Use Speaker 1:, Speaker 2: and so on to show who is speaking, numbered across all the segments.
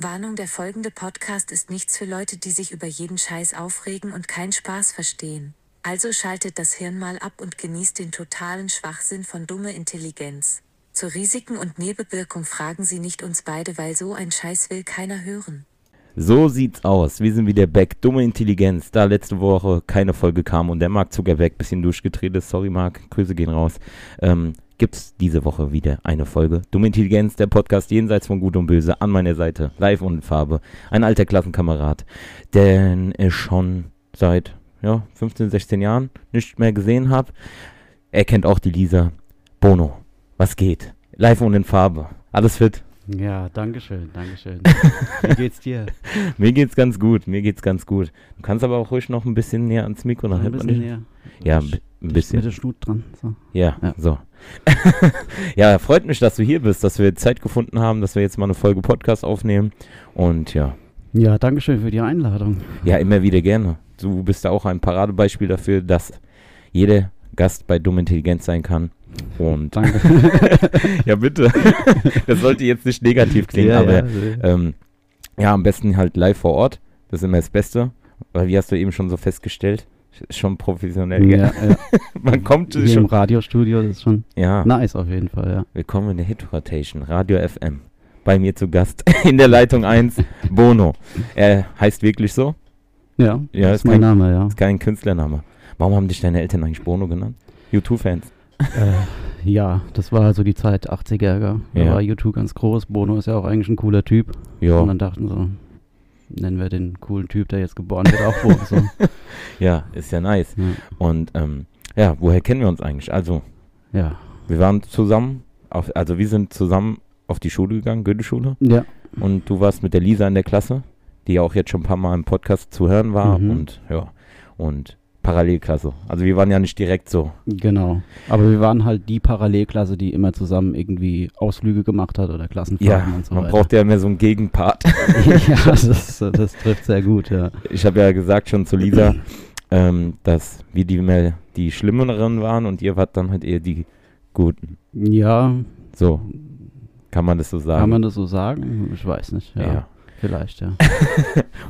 Speaker 1: Warnung, der folgende Podcast ist nichts für Leute, die sich über jeden Scheiß aufregen und keinen Spaß verstehen. Also schaltet das Hirn mal ab und genießt den totalen Schwachsinn von dumme Intelligenz. Zu Risiken und Nebenwirkung fragen Sie nicht uns beide, weil so ein Scheiß will keiner hören.
Speaker 2: So sieht's aus. Wir sind wieder back. Dumme Intelligenz. Da letzte Woche keine Folge kam und der Mark Zuckerberg bisschen durchgedreht ist. Sorry, Mark. Grüße gehen raus. Ähm, gibt's diese Woche wieder eine Folge. Dumme Intelligenz, der Podcast jenseits von Gut und Böse. An meiner Seite. Live und in Farbe. Ein alter Klassenkamerad. Den ich schon seit, ja, 15, 16 Jahren nicht mehr gesehen habe. Er kennt auch die Lisa. Bono. Was geht? Live und in Farbe. Alles fit?
Speaker 3: Ja, Dankeschön, Dankeschön. Wie geht's dir?
Speaker 2: Mir geht's ganz gut, mir geht's ganz gut. Du kannst aber auch ruhig noch ein bisschen näher ans Mikro, dann
Speaker 3: Ein
Speaker 2: hört man
Speaker 3: bisschen
Speaker 2: dich.
Speaker 3: näher.
Speaker 2: Ja, ein bi- ein bisschen.
Speaker 3: Mit der Schnut dran. So.
Speaker 2: Ja,
Speaker 3: Ja.
Speaker 2: so. ja, freut mich, dass du hier bist, dass wir Zeit gefunden haben, dass wir jetzt mal eine Folge Podcast aufnehmen. Und ja,
Speaker 3: Ja, Dankeschön für die Einladung.
Speaker 2: ja, immer wieder gerne. Du bist da auch ein Paradebeispiel dafür, dass jeder Gast bei Dumm Intelligenz sein kann. Und
Speaker 3: Danke.
Speaker 2: ja, bitte. das sollte jetzt nicht negativ klingen,
Speaker 3: ja,
Speaker 2: aber
Speaker 3: ja, nee.
Speaker 2: Ähm, ja, am besten halt live vor Ort. Das ist immer das Beste. Weil wie hast du eben schon so festgestellt? Ist Schon professionell. gell?
Speaker 3: ja, ja.
Speaker 2: Man kommt
Speaker 3: Hier im
Speaker 2: schon.
Speaker 3: Radiostudio, das ist schon
Speaker 2: Ja,
Speaker 3: nice auf jeden Fall, ja.
Speaker 2: willkommen in der Hit Rotation, Radio FM. Bei mir zu Gast in der Leitung 1, Bono. Er heißt wirklich so?
Speaker 3: Ja,
Speaker 2: Ja, ist
Speaker 3: das ist mein
Speaker 2: kein-
Speaker 3: Name, ja.
Speaker 2: Ist kein Künstlername. Warum haben dich deine Eltern eigentlich Bono genannt? U2-Fans.
Speaker 3: Äh. Ja, das war also die Zeit 80er, gell? Da
Speaker 2: Ja.
Speaker 3: war U2 ganz groß, Bono ist ja auch eigentlich ein cooler Typ. Und
Speaker 2: Ja,
Speaker 3: dann dachten so, nennen wir den coolen Typ, der jetzt geboren wird, auch Bono. So.
Speaker 2: ja, ist ja nice.
Speaker 3: Ja.
Speaker 2: Und ähm, ja, woher kennen wir uns eigentlich? Also,
Speaker 3: Ja.
Speaker 2: wir waren zusammen, auf, also wir sind zusammen auf die Schule gegangen, Goethe-Schule.
Speaker 3: ja,
Speaker 2: Und du warst mit der Lisa in der Klasse, die ja auch jetzt schon ein paar Mal im Podcast zu hören war
Speaker 3: Mhm.
Speaker 2: und ja, und Parallelklasse. Also wir waren ja nicht direkt so.
Speaker 3: genau. Aber wir waren halt die Parallelklasse, die immer zusammen irgendwie Ausflüge gemacht hat oder
Speaker 2: Ja,
Speaker 3: Klassenfahrten und so
Speaker 2: man
Speaker 3: weiter.
Speaker 2: braucht ja mehr so einen Gegenpart.
Speaker 3: ja, das, das trifft sehr gut, ja.
Speaker 2: Ich habe ja gesagt schon zu Lisa, ähm, dass wir die mehr die Schlimmeren waren und ihr wart dann halt eher die Guten.
Speaker 3: Ja,
Speaker 2: So, kann man das so sagen?
Speaker 3: kann man das so sagen? Ich weiß nicht. Ja,
Speaker 2: ja.
Speaker 3: vielleicht, ja.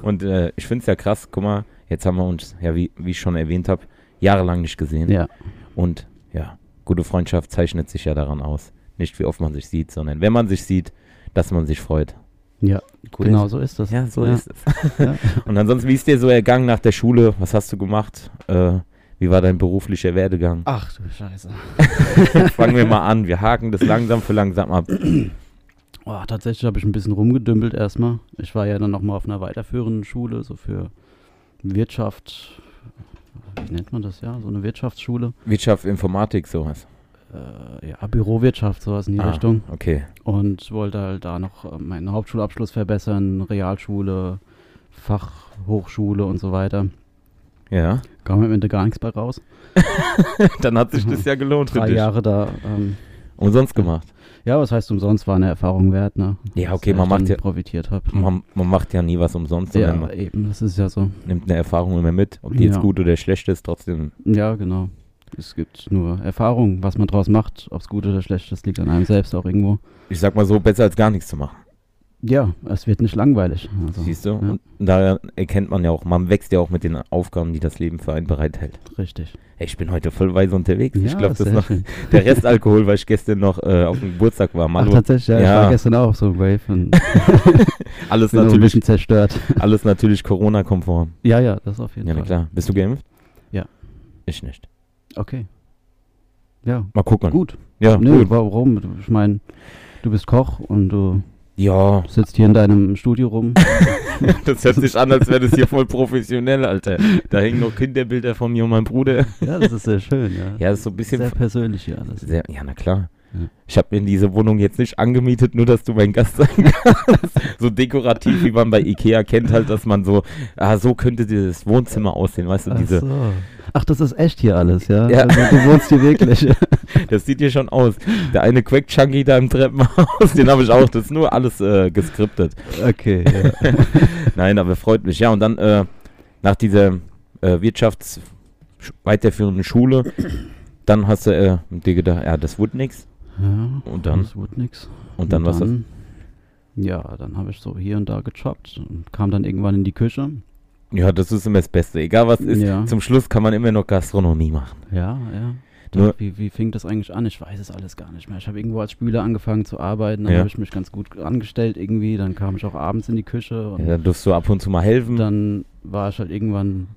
Speaker 2: Und äh, ich finde es ja krass, guck mal, jetzt haben wir uns, ja, wie, wie ich schon erwähnt habe, jahrelang nicht gesehen.
Speaker 3: ja.
Speaker 2: Und ja, gute Freundschaft zeichnet sich ja daran aus. Nicht wie oft man sich sieht, sondern wenn man sich sieht, dass man sich freut.
Speaker 3: Ja,
Speaker 2: Gut
Speaker 3: genau
Speaker 2: ist-
Speaker 3: so ist das.
Speaker 2: Ja, so
Speaker 3: ja.
Speaker 2: ist es.
Speaker 3: Ja.
Speaker 2: Und ansonsten, wie ist dir so ergangen nach der Schule? Was hast du gemacht? Äh, wie war dein beruflicher Werdegang?
Speaker 3: Ach du Scheiße.
Speaker 2: Fangen wir mal an. Wir haken das langsam für langsam ab.
Speaker 3: Oh, tatsächlich habe ich ein bisschen rumgedümpelt erstmal. Ich war ja dann nochmal auf einer weiterführenden Schule, so für Wirtschaft. Wie nennt man das ja? So eine Wirtschaftsschule.
Speaker 2: Wirtschaft, Informatik, sowas.
Speaker 3: Äh, ja, Bürowirtschaft, sowas in die
Speaker 2: Ah,
Speaker 3: Richtung.
Speaker 2: Okay.
Speaker 3: Und wollte halt da noch äh, meinen Hauptschulabschluss verbessern, Realschule, Fachhochschule und so weiter.
Speaker 2: Ja.
Speaker 3: Kam am Ende gar nichts bei raus.
Speaker 2: Dann hat sich das ja gelohnt für
Speaker 3: Drei
Speaker 2: dich.
Speaker 3: Jahre da. Ähm,
Speaker 2: Umsonst gemacht.
Speaker 3: ja, was heißt umsonst, war eine Erfahrung wert, ne?
Speaker 2: Ja, okay,
Speaker 3: Dass
Speaker 2: man
Speaker 3: ich
Speaker 2: macht
Speaker 3: dann
Speaker 2: ja-
Speaker 3: profitiert habe.
Speaker 2: Man, man macht ja nie was umsonst,
Speaker 3: ja,
Speaker 2: sondern man
Speaker 3: eben, das ist ja so.
Speaker 2: nimmt eine Erfahrung immer mit. Ob die jetzt
Speaker 3: Ja.
Speaker 2: gut oder schlecht ist, trotzdem.
Speaker 3: Ja, genau. Es gibt nur Erfahrung, was man draus macht, ob es gut oder schlecht ist, liegt an einem selbst auch irgendwo.
Speaker 2: Ich sag mal so, besser als gar nichts zu machen.
Speaker 3: Ja, es wird nicht langweilig. Also,
Speaker 2: Siehst du?
Speaker 3: Ja.
Speaker 2: Und da erkennt man ja auch, man wächst ja auch mit den Aufgaben, die das Leben für einen bereithält.
Speaker 3: richtig.
Speaker 2: Ey, ich bin heute voll weise unterwegs. ich
Speaker 3: Ja,
Speaker 2: glaube, das ist
Speaker 3: sehr
Speaker 2: noch
Speaker 3: schön.
Speaker 2: der Restalkohol, weil ich gestern noch äh, auf dem Geburtstag war.
Speaker 3: Ach,
Speaker 2: Manu,
Speaker 3: tatsächlich, ja, ich
Speaker 2: Ja.
Speaker 3: war gestern auch auf so einem Wave und
Speaker 2: alles
Speaker 3: bin noch ein
Speaker 2: natürlich,
Speaker 3: bisschen zerstört.
Speaker 2: alles natürlich Corona-konform.
Speaker 3: Ja, ja, das auf jeden
Speaker 2: Ja, na
Speaker 3: Fall.
Speaker 2: klar. Bist du geimpft?
Speaker 3: Genau. Ja.
Speaker 2: Ich nicht.
Speaker 3: Okay. Ja,
Speaker 2: Mal gucken.
Speaker 3: gut.
Speaker 2: Ja,
Speaker 3: Nö,
Speaker 2: gut.
Speaker 3: warum? Ich meine, du bist Koch und du
Speaker 2: Ja,
Speaker 3: sitzt hier in deinem Studio rum.
Speaker 2: das hört sich an, als wäre das hier voll professionell, Alter. Da hängen noch Kinderbilder von mir und meinem Bruder.
Speaker 3: ja, das ist sehr schön, ja.
Speaker 2: Ja, das ist so ein bisschen
Speaker 3: sehr persönlich hier alles.
Speaker 2: Sehr, ja, na klar.
Speaker 3: Ja.
Speaker 2: Ich habe mir diese Wohnung jetzt nicht angemietet, nur dass du mein Gast sein kannst. so dekorativ, wie man bei Ikea kennt, halt, dass man so, ah, so könnte dieses Wohnzimmer aussehen, weißt du,
Speaker 3: Ach,
Speaker 2: diese.
Speaker 3: so. Ach, das ist echt hier alles, ja?
Speaker 2: Ja.
Speaker 3: Also, du wohnst hier wirklich.
Speaker 2: Das sieht hier schon aus. Der eine Quack-Chunky da im Treppenhaus, den habe ich auch. Das ist nur alles äh, geskriptet.
Speaker 3: okay, ja.
Speaker 2: Nein, aber freut mich. Ja, und dann äh, nach dieser äh, wirtschafts sch- weiterführenden Schule, dann hast du äh, dir gedacht, ja, das wird nix.
Speaker 3: ja.
Speaker 2: Und dann?
Speaker 3: Das wird nix.
Speaker 2: Und dann, was?
Speaker 3: dann Ja, dann habe ich so hier und da gechoppt und kam dann irgendwann in die Küche.
Speaker 2: Ja, das ist immer das Beste. Egal was ist,
Speaker 3: Ja.
Speaker 2: zum Schluss kann man immer noch Gastronomie machen.
Speaker 3: Ja, ja. Doch,
Speaker 2: Nur-
Speaker 3: wie, wie fing das eigentlich an? Ich weiß es alles gar nicht mehr. Ich habe irgendwo als Spüler angefangen zu arbeiten, dann
Speaker 2: Ja.
Speaker 3: habe ich mich ganz gut angestellt irgendwie, dann kam ich auch abends in die Küche und
Speaker 2: Ja, dann durfst du ab und zu mal helfen.
Speaker 3: dann war ich halt irgendwann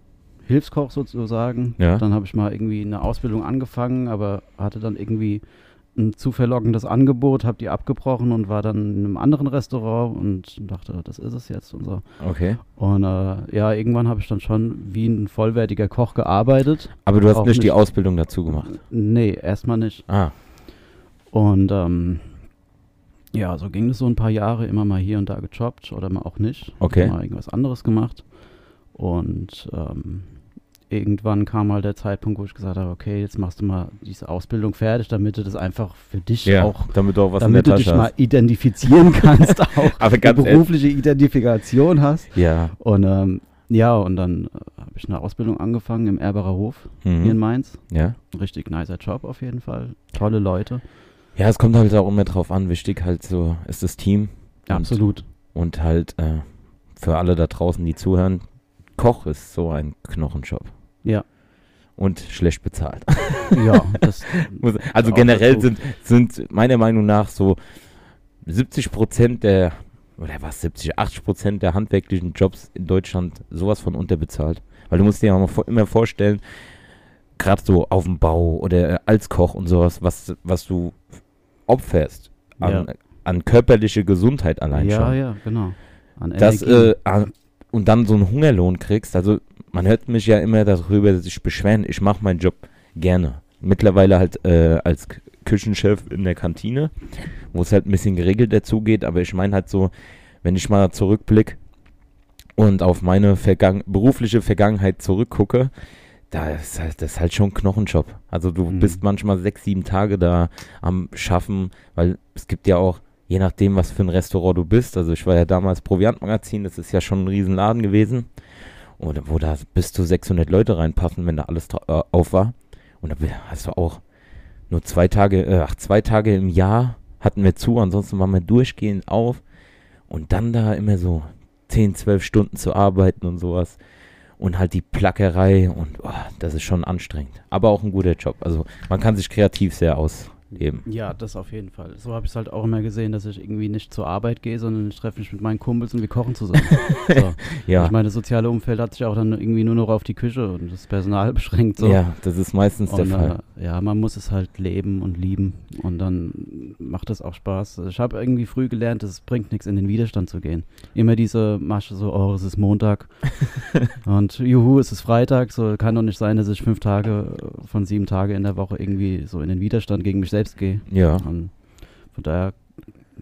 Speaker 3: Hilfskoch sozusagen.
Speaker 2: Ja.
Speaker 3: Dann habe ich mal irgendwie eine Ausbildung angefangen, aber hatte dann irgendwie ein zu verlockendes Angebot, habe die abgebrochen und war dann in einem anderen Restaurant und dachte, das ist es jetzt und so.
Speaker 2: Okay.
Speaker 3: Und äh, ja, irgendwann habe ich dann schon wie ein vollwertiger Koch gearbeitet.
Speaker 2: Aber du hast
Speaker 3: Auch
Speaker 2: nicht, die
Speaker 3: nicht.
Speaker 2: Ausbildung dazu gemacht.
Speaker 3: Nee, erstmal nicht.
Speaker 2: Ah,
Speaker 3: Und ähm, ja, so ging es so ein paar Jahre, immer mal hier und da gejobbt oder mal auch nicht.
Speaker 2: Okay.
Speaker 3: Mal irgendwas anderes gemacht. Und ähm, irgendwann kam mal der Zeitpunkt, wo ich gesagt habe, okay, jetzt machst du mal diese Ausbildung fertig, damit du das einfach für dich
Speaker 2: ja.
Speaker 3: auch,
Speaker 2: damit du auch was
Speaker 3: damit
Speaker 2: in
Speaker 3: du
Speaker 2: der
Speaker 3: dich
Speaker 2: Tasche
Speaker 3: mal
Speaker 2: hast.
Speaker 3: identifizieren kannst, auch
Speaker 2: Aber
Speaker 3: eine
Speaker 2: ganz ehrlich,
Speaker 3: berufliche Identifikation hast.
Speaker 2: ja.
Speaker 3: Und ähm, ja, und dann äh, habe ich eine Ausbildung angefangen im Erbarer Hof hier in
Speaker 2: Mhm.
Speaker 3: Mainz.
Speaker 2: ja.
Speaker 3: Richtig nicer Job auf jeden Fall. Tolle Leute.
Speaker 2: Ja, es kommt halt auch immer drauf an, wichtig halt so ist das Team. Und-
Speaker 3: Absolut.
Speaker 2: Und halt äh, für alle da draußen, die zuhören, Koch ist so ein Knochenjob.
Speaker 3: Ja.
Speaker 2: Und schlecht bezahlt.
Speaker 3: Ja, das,
Speaker 2: Muss- Also
Speaker 3: Auch
Speaker 2: generell
Speaker 3: dazu.
Speaker 2: sind, sind meiner Meinung nach so 70 Prozent der, oder was, 70, 80 Prozent der handwerklichen Jobs in Deutschland sowas von unterbezahlt. Weil du musst dir ja mal vor- immer vorstellen, gerade so auf dem Bau oder äh, als Koch und sowas, was, was du opferst an, an körperliche Gesundheit allein
Speaker 3: ja,
Speaker 2: schon
Speaker 3: ja, genau. An
Speaker 2: das,
Speaker 3: Energie.
Speaker 2: äh, an- und dann so einen Hungerlohn kriegst. Also man hört mich ja immer darüber sich beschweren. Ich mache meinen Job gerne. Mittlerweile halt äh, als K- Küchenchef in der Kantine, wo es halt ein bisschen geregelt dazugeht. Aber ich meine halt so, wenn ich mal zurückblick und auf meine Vergangen berufliche Vergangenheit zurückgucke, da ist halt, das ist halt schon ein Knochenjob. Also du
Speaker 3: Mhm.
Speaker 2: bist manchmal sechs, sieben Tage da am Schaffen, weil es gibt ja auch, je nachdem, was für ein Restaurant du bist, also ich war ja damals Proviantmagazin, das ist ja schon ein Riesenladen gewesen, oder wo da bis zu 600 Leute reinpassen, wenn da alles dra- äh, auf war. Und da bi- hast du auch nur zwei Tage, äh, ach, zwei Tage im Jahr hatten wir zu, ansonsten waren wir durchgehend auf und dann da immer so 10, 12 Stunden zu arbeiten und sowas. Und halt die Plackerei und oh, das ist schon anstrengend. Aber auch ein guter Job. Also man kann sich kreativ sehr ausleben.
Speaker 3: ja, das auf jeden Fall. So habe ich es halt auch immer gesehen, dass ich irgendwie nicht zur Arbeit gehe, sondern ich treffe mich mit meinen Kumpels und wir kochen zusammen. so.
Speaker 2: Ja.
Speaker 3: Ich meine, das soziale Umfeld hat sich auch dann irgendwie nur noch auf die Küche und das Personal beschränkt. So.
Speaker 2: Ja, das ist meistens der
Speaker 3: Und,
Speaker 2: Fall.
Speaker 3: Äh, ja, man muss es halt leben und lieben und dann macht es auch Spaß. Ich habe irgendwie früh gelernt, es bringt nichts, in den Widerstand zu gehen. Immer diese Masche so, oh, es ist Montag und juhu, es ist Freitag. So kann doch nicht sein, dass ich fünf Tage äh, von sieben Tage in der Woche irgendwie so in den Widerstand gegen mich selbst gehe.
Speaker 2: Ja.
Speaker 3: Und von daher,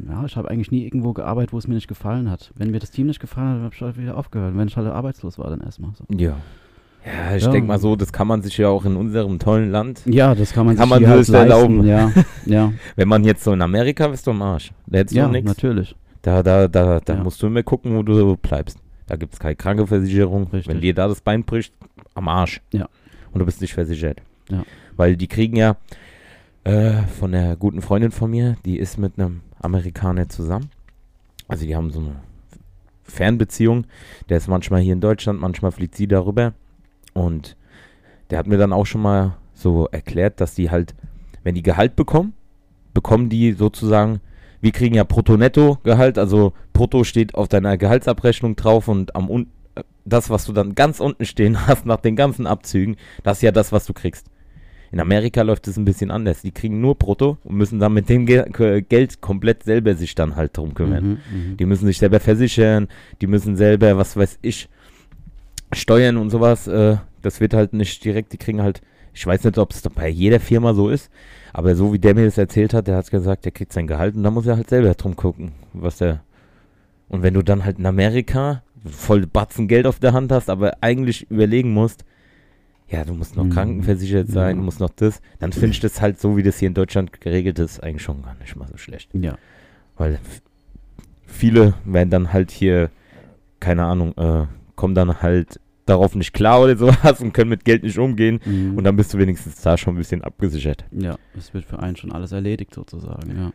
Speaker 3: ja, ich habe eigentlich nie irgendwo gearbeitet, wo es mir nicht gefallen hat. Wenn mir das Team nicht gefallen hat, habe ich halt wieder aufgehört. Wenn ich halt arbeitslos war, dann erstmal so.
Speaker 2: Ja. Ja, ich
Speaker 3: Ja.
Speaker 2: denke mal so, das kann man sich ja auch in unserem tollen Land.
Speaker 3: Ja, das kann man
Speaker 2: Kann
Speaker 3: sich
Speaker 2: man
Speaker 3: hier halt
Speaker 2: sich erlauben.
Speaker 3: leisten. Ja, ja.
Speaker 2: Wenn man jetzt so in Amerika bist du am Arsch. Da hättest
Speaker 3: ja,
Speaker 2: du nichts.
Speaker 3: natürlich.
Speaker 2: Da, da, da, da
Speaker 3: Ja.
Speaker 2: musst du immer gucken, wo du bleibst. Da gibt es keine Krankenversicherung.
Speaker 3: Richtig.
Speaker 2: Wenn dir da das Bein bricht, am Arsch.
Speaker 3: Ja.
Speaker 2: Und du bist nicht versichert.
Speaker 3: Ja.
Speaker 2: Weil die kriegen ja äh, von einer guten Freundin von mir, die ist mit einem Amerikaner zusammen. Also die haben so eine Fernbeziehung. Der ist manchmal hier in Deutschland, manchmal fliegt sie darüber. Und der hat mir dann auch schon mal so erklärt, dass die halt, wenn die Gehalt bekommen, bekommen die sozusagen, wir kriegen ja Brutto-Netto-Gehalt, also Brutto steht auf deiner Gehaltsabrechnung drauf und am un äh, das, was du dann ganz unten stehen hast, nach den ganzen Abzügen, das ist ja das, was du kriegst. In Amerika läuft es ein bisschen anders. Die kriegen nur Brutto und müssen dann mit dem Ge Ge- Geld komplett selber sich dann halt drum kümmern.
Speaker 3: Mhm, mhm.
Speaker 2: Die müssen sich selber versichern, die müssen selber, was weiß ich, steuern und sowas. Äh, das wird halt nicht direkt, die kriegen halt, ich weiß nicht, ob es bei jeder Firma so ist, aber so wie der mir das erzählt hat, der hat gesagt, der kriegt sein Gehalt und da muss er halt selber drum gucken, was der. Und wenn du dann halt in Amerika voll Batzen Geld auf der Hand hast, aber eigentlich überlegen musst, ja, du musst noch
Speaker 3: Mhm.
Speaker 2: krankenversichert sein, du
Speaker 3: Ja.
Speaker 2: musst noch das, dann finde ich das halt so, wie das hier in Deutschland geregelt ist, eigentlich schon gar nicht mal so schlecht.
Speaker 3: Ja,
Speaker 2: Weil f- viele werden dann halt hier, keine Ahnung, äh, kommen dann halt darauf nicht klar oder sowas und können mit Geld nicht umgehen.
Speaker 3: mhm.
Speaker 2: Und dann bist du wenigstens da schon ein bisschen abgesichert.
Speaker 3: ja, es wird für einen schon alles erledigt sozusagen, ja.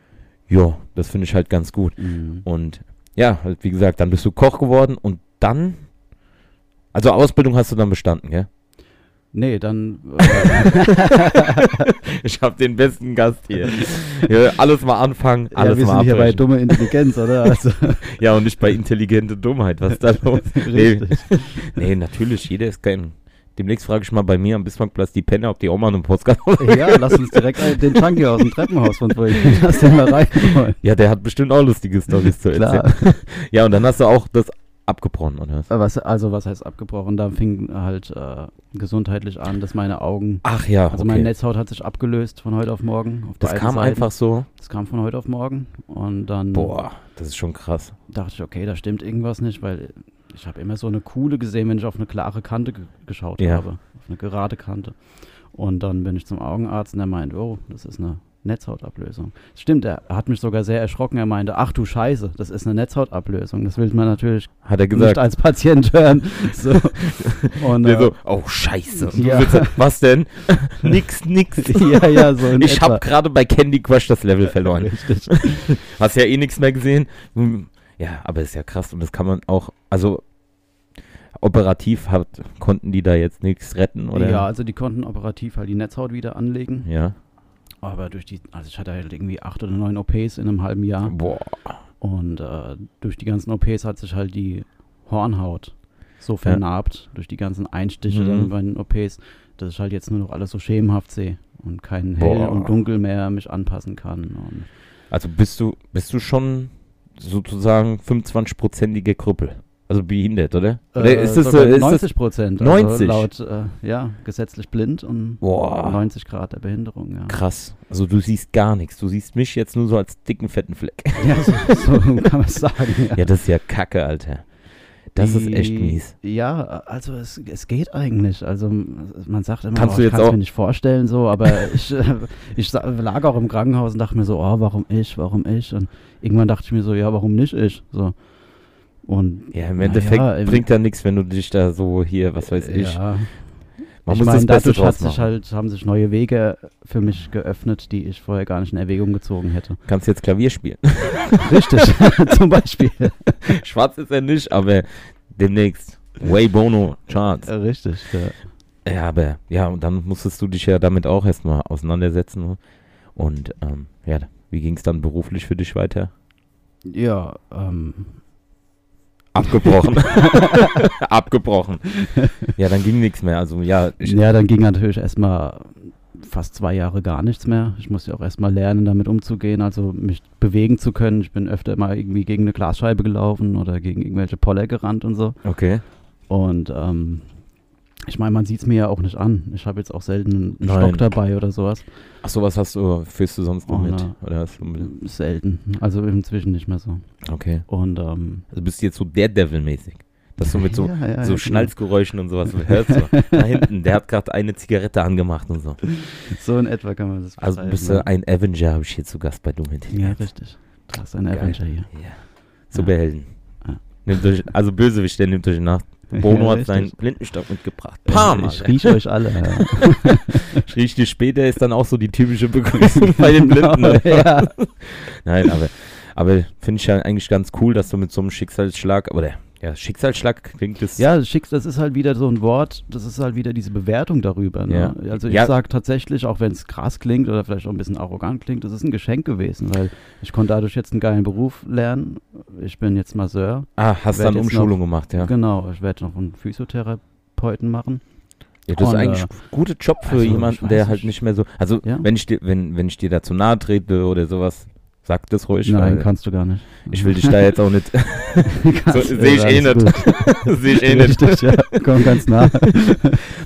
Speaker 2: Ja, das finde ich halt ganz gut.
Speaker 3: Mhm.
Speaker 2: Und ja, halt, wie gesagt, dann bist du Koch geworden und dann. Also Ausbildung hast du dann bestanden, gell?
Speaker 3: Nee, dann. Äh,
Speaker 2: Ich habe den besten Gast hier. Ja, alles mal anfangen,
Speaker 3: ja,
Speaker 2: alles
Speaker 3: wir
Speaker 2: mal
Speaker 3: sind hier bei
Speaker 2: abbrechen.
Speaker 3: dumme Intelligenz, oder? Also,
Speaker 2: Ja, und nicht bei intelligente Dummheit. Was ist da los? nee,
Speaker 3: richtig.
Speaker 2: nee, natürlich, jeder ist kein. Demnächst frage ich mal bei mir am Bismarckplatz die Penner, ob die auch mal einen Podcast haben.
Speaker 3: Ja, lass uns direkt ein- den Junkie aus dem Treppenhaus von vorhin. Lass den mal reinholen.
Speaker 2: Ja, der hat bestimmt auch lustige Stories zu erzählen.
Speaker 3: Klar.
Speaker 2: Ja, und dann hast du auch das abgebrochen, oder was?
Speaker 3: Äh, Was, also, was heißt abgebrochen? Da fing halt äh, gesundheitlich an, dass meine Augen.
Speaker 2: Ach ja,
Speaker 3: Also,
Speaker 2: okay.
Speaker 3: meine Netzhaut hat sich abgelöst von heute auf morgen. Auf
Speaker 2: das
Speaker 3: beiden
Speaker 2: kam
Speaker 3: Seiten. Mhm.
Speaker 2: einfach so.
Speaker 3: Das kam von heute auf morgen. Und dann
Speaker 2: Boah, das ist schon krass.
Speaker 3: dachte ich, okay, da stimmt irgendwas nicht, weil ich habe immer so eine Kuhle gesehen, wenn ich auf eine klare Kante ge geschaut
Speaker 2: Ja.
Speaker 3: habe. Auf eine gerade Kante. Und dann bin ich zum Augenarzt und er meint, oh, das ist eine Netzhautablösung. Das stimmt, er hat mich sogar sehr erschrocken. Er meinte, ach du Scheiße, das ist eine Netzhautablösung. Das will man natürlich
Speaker 2: Hat er
Speaker 3: nicht
Speaker 2: gesagt.
Speaker 3: als Patient hören. So. Und,
Speaker 2: Der
Speaker 3: äh,
Speaker 2: so, oh Scheiße. Und du
Speaker 3: Ja.
Speaker 2: sitzt- was denn? nix, nix.
Speaker 3: ja, ja, so in
Speaker 2: Ich
Speaker 3: etwa.
Speaker 2: habe gerade bei Candy Crush das Level verloren.
Speaker 3: Richtig.
Speaker 2: Hast ja eh nichts mehr gesehen. Hm, Ja, aber ist ja krass und das kann man auch, also operativ hat, konnten die da jetzt nichts retten oder?
Speaker 3: Ja, also die konnten operativ halt die Netzhaut wieder anlegen.
Speaker 2: Ja.
Speaker 3: Aber durch die, also ich hatte halt irgendwie acht oder neun OPs in einem halben Jahr.
Speaker 2: Boah.
Speaker 3: Und äh, durch die ganzen OPs hat sich halt die Hornhaut so vernarbt, durch die ganzen Einstiche
Speaker 2: Mhm.
Speaker 3: dann bei den OPs, dass ich halt jetzt nur noch alles so schemenhaft sehe und kein Hell
Speaker 2: Boah.
Speaker 3: und Dunkel mehr mich anpassen kann. Und
Speaker 2: Also bist du, bist du schon sozusagen 25-prozentige Krüppel. Also behindert, oder? oder
Speaker 3: äh,
Speaker 2: ist es,
Speaker 3: sogar
Speaker 2: äh, ist es,
Speaker 3: 90 Prozent,
Speaker 2: 90?
Speaker 3: also laut äh, ja, gesetzlich blind und
Speaker 2: Boah.
Speaker 3: 90 Grad der Behinderung, ja.
Speaker 2: krass. Also du siehst gar nichts. Du siehst mich jetzt nur so als dicken, fetten Fleck.
Speaker 3: ja so, so kann man es sagen. Ja.
Speaker 2: Ja, das ist ja kacke, Alter. Das ist echt
Speaker 3: Die-
Speaker 2: mies.
Speaker 3: Ja, also es, es geht eigentlich. Also m- man sagt immer,
Speaker 2: Kannst
Speaker 3: oh,
Speaker 2: du
Speaker 3: ich
Speaker 2: jetzt
Speaker 3: kann's
Speaker 2: auch-
Speaker 3: mir nicht vorstellen, so, aber ich, äh, ich sa- lag auch im Krankenhaus und dachte mir so, oh, warum ich, warum ich? Und irgendwann dachte ich mir so, ja, warum nicht ich? So. Und
Speaker 2: Ja, im
Speaker 3: na
Speaker 2: Endeffekt
Speaker 3: ja, im-
Speaker 2: bringt da nichts, wenn du dich da so hier, was weiß ich.
Speaker 3: Ja,
Speaker 2: Man muss
Speaker 3: ich meine,
Speaker 2: das Beste
Speaker 3: dadurch hat
Speaker 2: draus
Speaker 3: sich
Speaker 2: machen.
Speaker 3: halt, haben sich neue Wege für mich geöffnet, die ich vorher gar nicht in Erwägung gezogen hätte.
Speaker 2: Kannst jetzt Klavier spielen.
Speaker 3: Richtig, zum Beispiel.
Speaker 2: Schwarz ist er nicht, aber demnächst. Way Bono Charts.
Speaker 3: Richtig, ja.
Speaker 2: Ja, aber ja, und dann musstest du dich ja damit auch erstmal auseinandersetzen. ne? Und ähm, ja, wie ging es dann beruflich für dich weiter?
Speaker 3: Ja, ähm,
Speaker 2: Abgebrochen. Abgebrochen. Ja, dann ging nichts mehr. Also ja, ich,
Speaker 3: ja, dann ging natürlich erstmal fast zwei Jahre gar nichts mehr. Ich musste auch erstmal lernen, damit umzugehen, also mich bewegen zu können. Ich bin öfter mal irgendwie gegen eine Glasscheibe gelaufen oder gegen irgendwelche Poller gerannt und so.
Speaker 2: okay.
Speaker 3: Und ähm, ich meine, man sieht es mir ja auch nicht an. Ich habe jetzt auch selten einen
Speaker 2: Nein.
Speaker 3: Stock dabei oder sowas.
Speaker 2: Ach so, was hast du, führst du sonst noch
Speaker 3: Oh,
Speaker 2: mit?
Speaker 3: na.
Speaker 2: Oder hast du mit?
Speaker 3: Selten. Also inzwischen nicht mehr so.
Speaker 2: Okay.
Speaker 3: Und ähm,
Speaker 2: Also bist du jetzt so Daredevil-mäßig. Dass du mit so,
Speaker 3: ja, genau. ja,
Speaker 2: so
Speaker 3: ja,
Speaker 2: Schnalzgeräuschen und sowas hörst. So, da hinten, der hat gerade eine Zigarette angemacht und so.
Speaker 3: genau. So in etwa kann man das
Speaker 2: Also
Speaker 3: beschreiben,
Speaker 2: bist
Speaker 3: ja.
Speaker 2: du ein Avenger, habe ich hier zu Gast bei Doom
Speaker 3: Ja,
Speaker 2: Intelligenz.
Speaker 3: richtig. Du hast ein
Speaker 2: Geil.
Speaker 3: Avenger hier.
Speaker 2: Ja. Superhelden.
Speaker 3: Ja.
Speaker 2: Nehmt euch, also Bösewicht, der nimmt euch nach. Bono
Speaker 3: Ja,
Speaker 2: hat seinen
Speaker 3: richtig.
Speaker 2: Blindenstock mitgebracht. Pam!
Speaker 3: Äh, Ich riech euch alle. Ja.
Speaker 2: Schrie ich dir später, ist dann auch so die typische Begrüßung bei den Blinden.
Speaker 3: Genau,
Speaker 2: oder?
Speaker 3: ja.
Speaker 2: Nein, aber, aber finde ich ja eigentlich ganz cool, dass du mit so einem Schicksalsschlag, oder ja, Schicksalsschlag klingt das.
Speaker 3: Ja, Schicksal, das ist halt wieder so ein Wort, das ist halt wieder diese Bewertung darüber. Ne?
Speaker 2: Ja.
Speaker 3: Also ich
Speaker 2: Ja.
Speaker 3: sage tatsächlich, auch wenn es krass klingt oder vielleicht auch ein bisschen arrogant klingt, das ist ein Geschenk gewesen, weil ich konnte dadurch jetzt einen geilen Beruf lernen. Ich bin jetzt Masseur.
Speaker 2: Ah, hast
Speaker 3: werd
Speaker 2: dann
Speaker 3: jetzt
Speaker 2: Umschulung gemacht, ja.
Speaker 3: Genau, ich werde noch einen Physiotherapeuten machen.
Speaker 2: Ja, das ist
Speaker 3: Und,
Speaker 2: eigentlich
Speaker 3: äh,
Speaker 2: ein guter Job für
Speaker 3: also,
Speaker 2: jemanden,
Speaker 3: ich
Speaker 2: der
Speaker 3: weiß
Speaker 2: halt
Speaker 3: nicht.
Speaker 2: nicht mehr so. Also,
Speaker 3: Ja.
Speaker 2: wenn, ich dir, wenn, wenn ich dir dazu nahe trete oder sowas, sag das ruhig.
Speaker 3: Nein,
Speaker 2: weil
Speaker 3: kannst du gar nicht.
Speaker 2: ich will dich da jetzt auch nicht.
Speaker 3: Kannst
Speaker 2: so-
Speaker 3: du,
Speaker 2: seh ich
Speaker 3: ja,
Speaker 2: eh
Speaker 3: alles
Speaker 2: nicht.
Speaker 3: gut.
Speaker 2: Sehe ich eh nicht.
Speaker 3: Richtig, ja. Komm ganz nah.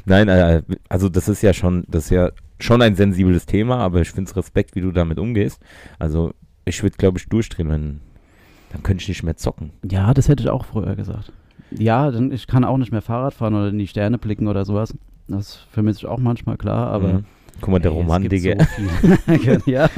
Speaker 2: Nein, äh, also, das ist ja schon, das ist ja schon ein sensibles Thema, aber ich finde es Respekt, wie du damit umgehst. Also, ich würde, glaube ich, durchdrehen, wenn. Dann könnte ich nicht mehr zocken.
Speaker 3: Ja, das hätte ich auch früher gesagt. Ja, denn ich kann auch nicht mehr Fahrrad fahren oder in die Sterne blicken oder sowas. Das vermisse ich auch manchmal, klar, aber
Speaker 2: Mhm. Guck mal, der
Speaker 3: Ey, es
Speaker 2: Romantiker
Speaker 3: gibt So viel. ja,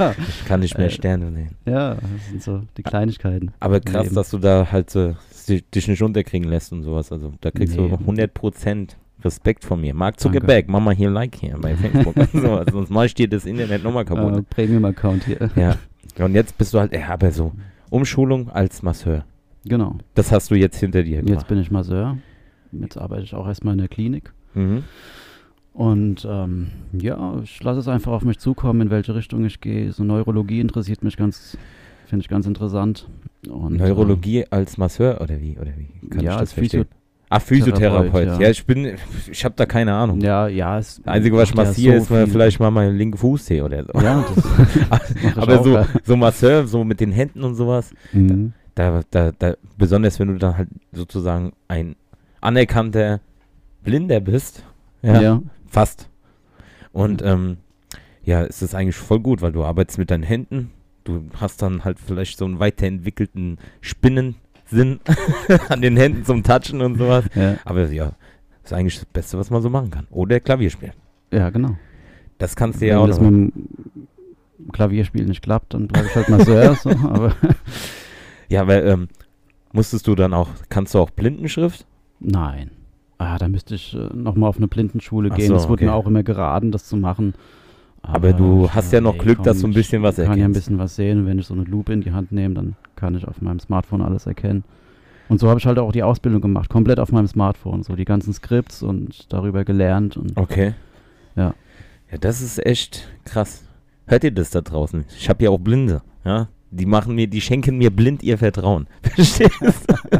Speaker 2: kann nicht mehr
Speaker 3: äh,
Speaker 2: Sterne nehmen.
Speaker 3: ja, das sind so
Speaker 2: Ah.
Speaker 3: die Kleinigkeiten.
Speaker 2: Aber krass,
Speaker 3: Leben.
Speaker 2: dass du da halt so, si- dich nicht unterkriegen lässt und sowas. Also da kriegst du
Speaker 3: Nee.
Speaker 2: 100% Respekt von mir. Mark
Speaker 3: Danke.
Speaker 2: Zuckerberg, mach mal hier ein Like hier bei Facebook. und sowas. Sonst mach ich dir das Internet nochmal
Speaker 3: Äh,
Speaker 2: kaputt.
Speaker 3: Premium-Account hier.
Speaker 2: Ja. Und jetzt bist du halt, ja, aber so Umschulung als Masseur.
Speaker 3: Genau.
Speaker 2: Das hast du jetzt hinter dir
Speaker 3: Jetzt
Speaker 2: gebracht.
Speaker 3: bin ich Masseur. Jetzt arbeite ich auch erstmal in der Klinik.
Speaker 2: mhm.
Speaker 3: Und ähm, ja, ich lasse es einfach auf mich zukommen, in welche Richtung ich gehe. So Neurologie interessiert mich ganz, finde ich ganz interessant. Und,
Speaker 2: Neurologie als Masseur oder wie? Oder wie?
Speaker 3: Ähm, Mhm. ja, als
Speaker 2: verstehen?
Speaker 3: Physio
Speaker 2: Ach, Physiotherapeut.
Speaker 3: Therapeut,
Speaker 2: Ja.
Speaker 3: ja.
Speaker 2: ich bin, ich habe da keine Ahnung.
Speaker 3: ähm, Ja, ja. Es
Speaker 2: Das Einzige, was ich
Speaker 3: macht ja
Speaker 2: massiere,
Speaker 3: so
Speaker 2: ist mal
Speaker 3: viel.
Speaker 2: vielleicht mal meinen linken Fuß hier oder so.
Speaker 3: Ja, das mach ich
Speaker 2: Aber
Speaker 3: auch,
Speaker 2: so,
Speaker 3: ja.
Speaker 2: so Masseur, so mit den Händen und sowas,
Speaker 3: Mhm.
Speaker 2: da, da, da, besonders wenn du dann halt sozusagen ein anerkannter Blinder bist, ja,
Speaker 3: Ja.
Speaker 2: fast.
Speaker 3: Mhm.
Speaker 2: Und ähm, ja, es ist eigentlich voll gut, weil du arbeitest mit deinen Händen, du hast dann halt vielleicht so einen weiterentwickelten Spinnensinn an den Händen zum Touchen und sowas.
Speaker 3: ja.
Speaker 2: Aber ja, ist eigentlich das Beste, was man so machen kann. Oder Klavier spielen.
Speaker 3: Ja, genau.
Speaker 2: Das kannst du ja
Speaker 3: Wenn
Speaker 2: auch
Speaker 3: das
Speaker 2: noch.
Speaker 3: mit dem Klavierspiel nicht klappt, dann bleibe ich halt Masseur. so, aber
Speaker 2: Ja, weil ähm, musstest du dann auch, kannst du auch Blindenschrift?
Speaker 3: nein. Ah, da müsste ich äh, nochmal auf eine Blindenschule
Speaker 2: Ach
Speaker 3: gehen.
Speaker 2: so,
Speaker 3: es wurde mir
Speaker 2: okay.
Speaker 3: auch immer geraten, das zu machen.
Speaker 2: Aber
Speaker 3: Ah,
Speaker 2: du
Speaker 3: ich
Speaker 2: hast
Speaker 3: dachte,
Speaker 2: ja noch
Speaker 3: ey,
Speaker 2: Glück, dass du ein
Speaker 3: ich
Speaker 2: bisschen was
Speaker 3: kann ja ein
Speaker 2: erkennst.
Speaker 3: bisschen was sehen. Und wenn ich so eine Lupe in die Hand nehme, dann kann ich auf meinem Smartphone alles erkennen. Und so habe ich halt auch die Ausbildung gemacht, komplett auf meinem Smartphone. So die ganzen Skripts und darüber gelernt. Und
Speaker 2: Okay.
Speaker 3: Ja.
Speaker 2: Ja, das ist echt krass. Hört ihr das da draußen? Ich habe ja auch Blinde, ja? Die machen mir, die schenken mir blind ihr Vertrauen. Verstehst du?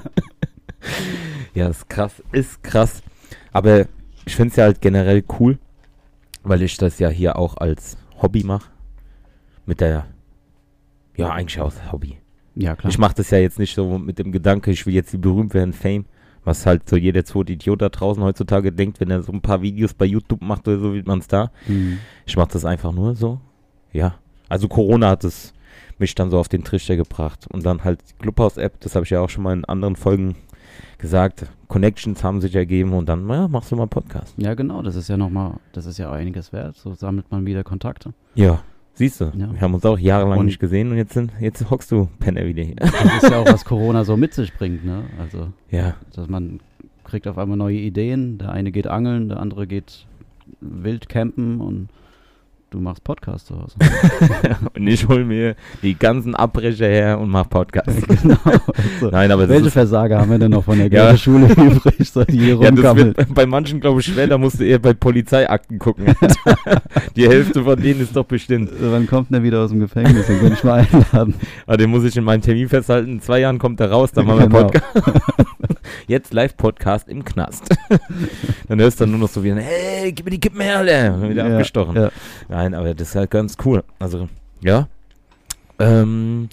Speaker 2: ja, ist krass, ist krass. Aber ich finde es ja halt generell cool, weil ich das ja hier auch als Hobby mache. Mit der, ja, eigentlich als Hobby.
Speaker 3: ja, klar.
Speaker 2: Ich mache das ja jetzt nicht so mit dem Gedanke, ich will jetzt berühmt werden, Fame. Was halt so jeder zweite Idiot da draußen heutzutage denkt, wenn er so ein paar Videos bei YouTube macht oder so, wird man es da.
Speaker 3: Mhm.
Speaker 2: Ich mache das einfach nur so. Ja. Also Corona hat es mich dann so auf den Trichter gebracht. Und dann halt die Clubhouse-App, das habe ich ja auch schon mal in anderen Folgen gesagt. Connections haben sich ergeben und dann, naja, machst du mal einen Podcast.
Speaker 3: Ja, genau, das ist ja nochmal, das ist ja auch einiges wert. So sammelt man wieder Kontakte.
Speaker 2: Ja. Siehst du,
Speaker 3: Ja.
Speaker 2: wir haben uns auch jahrelang
Speaker 3: Und-
Speaker 2: nicht gesehen und jetzt, sind, jetzt hockst du Penner wieder hier.
Speaker 3: Das ist ja auch, was Corona so mit sich bringt, ne? Also,
Speaker 2: ja.
Speaker 3: dass man kriegt auf einmal neue Ideen. Der eine geht angeln, der andere geht wild campen und du machst Podcast zu Hause.
Speaker 2: Und ich hole mir die ganzen Abbrecher her und mache Podcasts.
Speaker 3: genau. Also,
Speaker 2: Nein, aber das
Speaker 3: Welche
Speaker 2: ist,
Speaker 3: Versager haben wir denn noch von der
Speaker 2: Ja.
Speaker 3: ja. Schule übrig, so die hier
Speaker 2: ja, das
Speaker 3: rumgammeln?
Speaker 2: wird bei manchen, glaube ich, schwer. Da musst du eher bei Polizeiakten gucken. die Hälfte von denen ist doch bestimmt.
Speaker 3: Äh, Wann kommt der wieder aus dem Gefängnis? Den könnte ich mal einladen.
Speaker 2: Aber Ah, den muss ich in meinem Termin festhalten. In zwei Jahren kommt er raus, dann machen wir
Speaker 3: Genau.
Speaker 2: Podcast. Jetzt Live-Podcast im Knast. dann hörst du dann nur noch so wieder, hey, gib mir die Kippen her, Alter. Und dann wieder
Speaker 3: Ja,
Speaker 2: abgestochen.
Speaker 3: ja.
Speaker 2: Nein, aber das ist halt ganz cool. Also, ja. Ähm,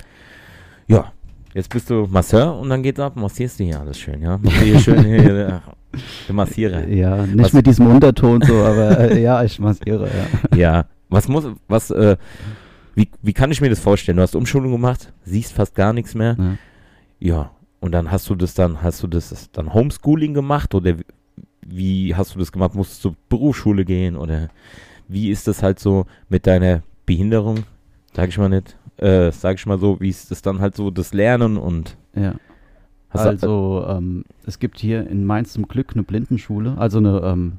Speaker 2: ja. Jetzt bist du Masseur und dann geht's ab, massierst du hier alles schön, ja? Machst du hier schön hier, äh, der Massierer.
Speaker 3: Ja, nicht
Speaker 2: Was-
Speaker 3: mit diesem Unterton so, aber äh, ja, ich massiere, ja.
Speaker 2: Ja. Was muss, was, äh, wie, wie kann ich mir das vorstellen? Du hast Umschulung gemacht, siehst fast gar nichts mehr.
Speaker 3: Ja.
Speaker 2: Ja. Und dann hast du das dann, hast du das dann Homeschooling gemacht oder wie- wie hast du das gemacht? Musstest du zur Berufsschule gehen oder wie ist das halt so mit deiner Behinderung? Sag ich mal nicht. Äh, sag ich mal so, wie ist das dann halt so das Lernen und
Speaker 3: ja.
Speaker 2: hast du-
Speaker 3: also ähm, es gibt hier in Mainz zum Glück eine Blindenschule, also eine, ähm,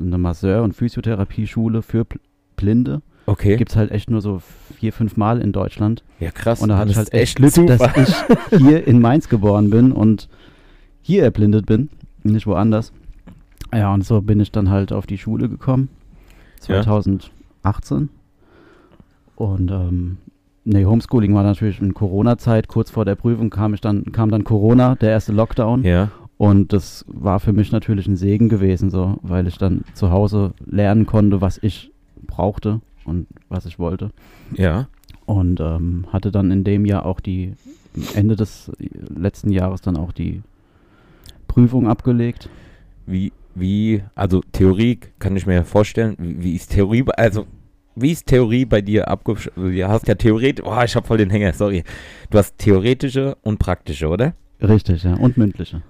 Speaker 3: eine Masseur- und Physiotherapieschule für Pl- Blinde.
Speaker 2: okay.
Speaker 3: Gibt es halt echt nur so vier, fünf Mal in Deutschland.
Speaker 2: ja, krass.
Speaker 3: und da
Speaker 2: dann
Speaker 3: hatte ich
Speaker 2: ist
Speaker 3: halt echt
Speaker 2: ein
Speaker 3: Glück,
Speaker 2: Zufall.
Speaker 3: dass ich hier in Mainz geboren bin und hier erblindet bin, nicht woanders. Ja, und so bin ich dann halt auf die Schule gekommen,
Speaker 2: Ja.
Speaker 3: 2018. Und ähm, nee, Homeschooling war natürlich in Corona-Zeit, kurz vor der Prüfung kam ich dann, kam dann Corona, der erste Lockdown.
Speaker 2: Ja,
Speaker 3: Und das war für mich natürlich ein Segen gewesen, so, weil ich dann zu Hause lernen konnte, was ich brauchte und was ich wollte.
Speaker 2: ja.
Speaker 3: Und ähm, hatte dann in dem Jahr auch die, Ende des letzten Jahres dann auch die Prüfung abgelegt.
Speaker 2: wie, wie, also Theorie kann ich mir ja vorstellen, wie, wie ist Theorie, bei- also wie ist Theorie bei dir abgeschlossen? Du hast ja theoretisch, oh, ich habe voll den Hänger, sorry. Du hast theoretische und praktische, oder?
Speaker 3: Richtig, ja. Und mündliche.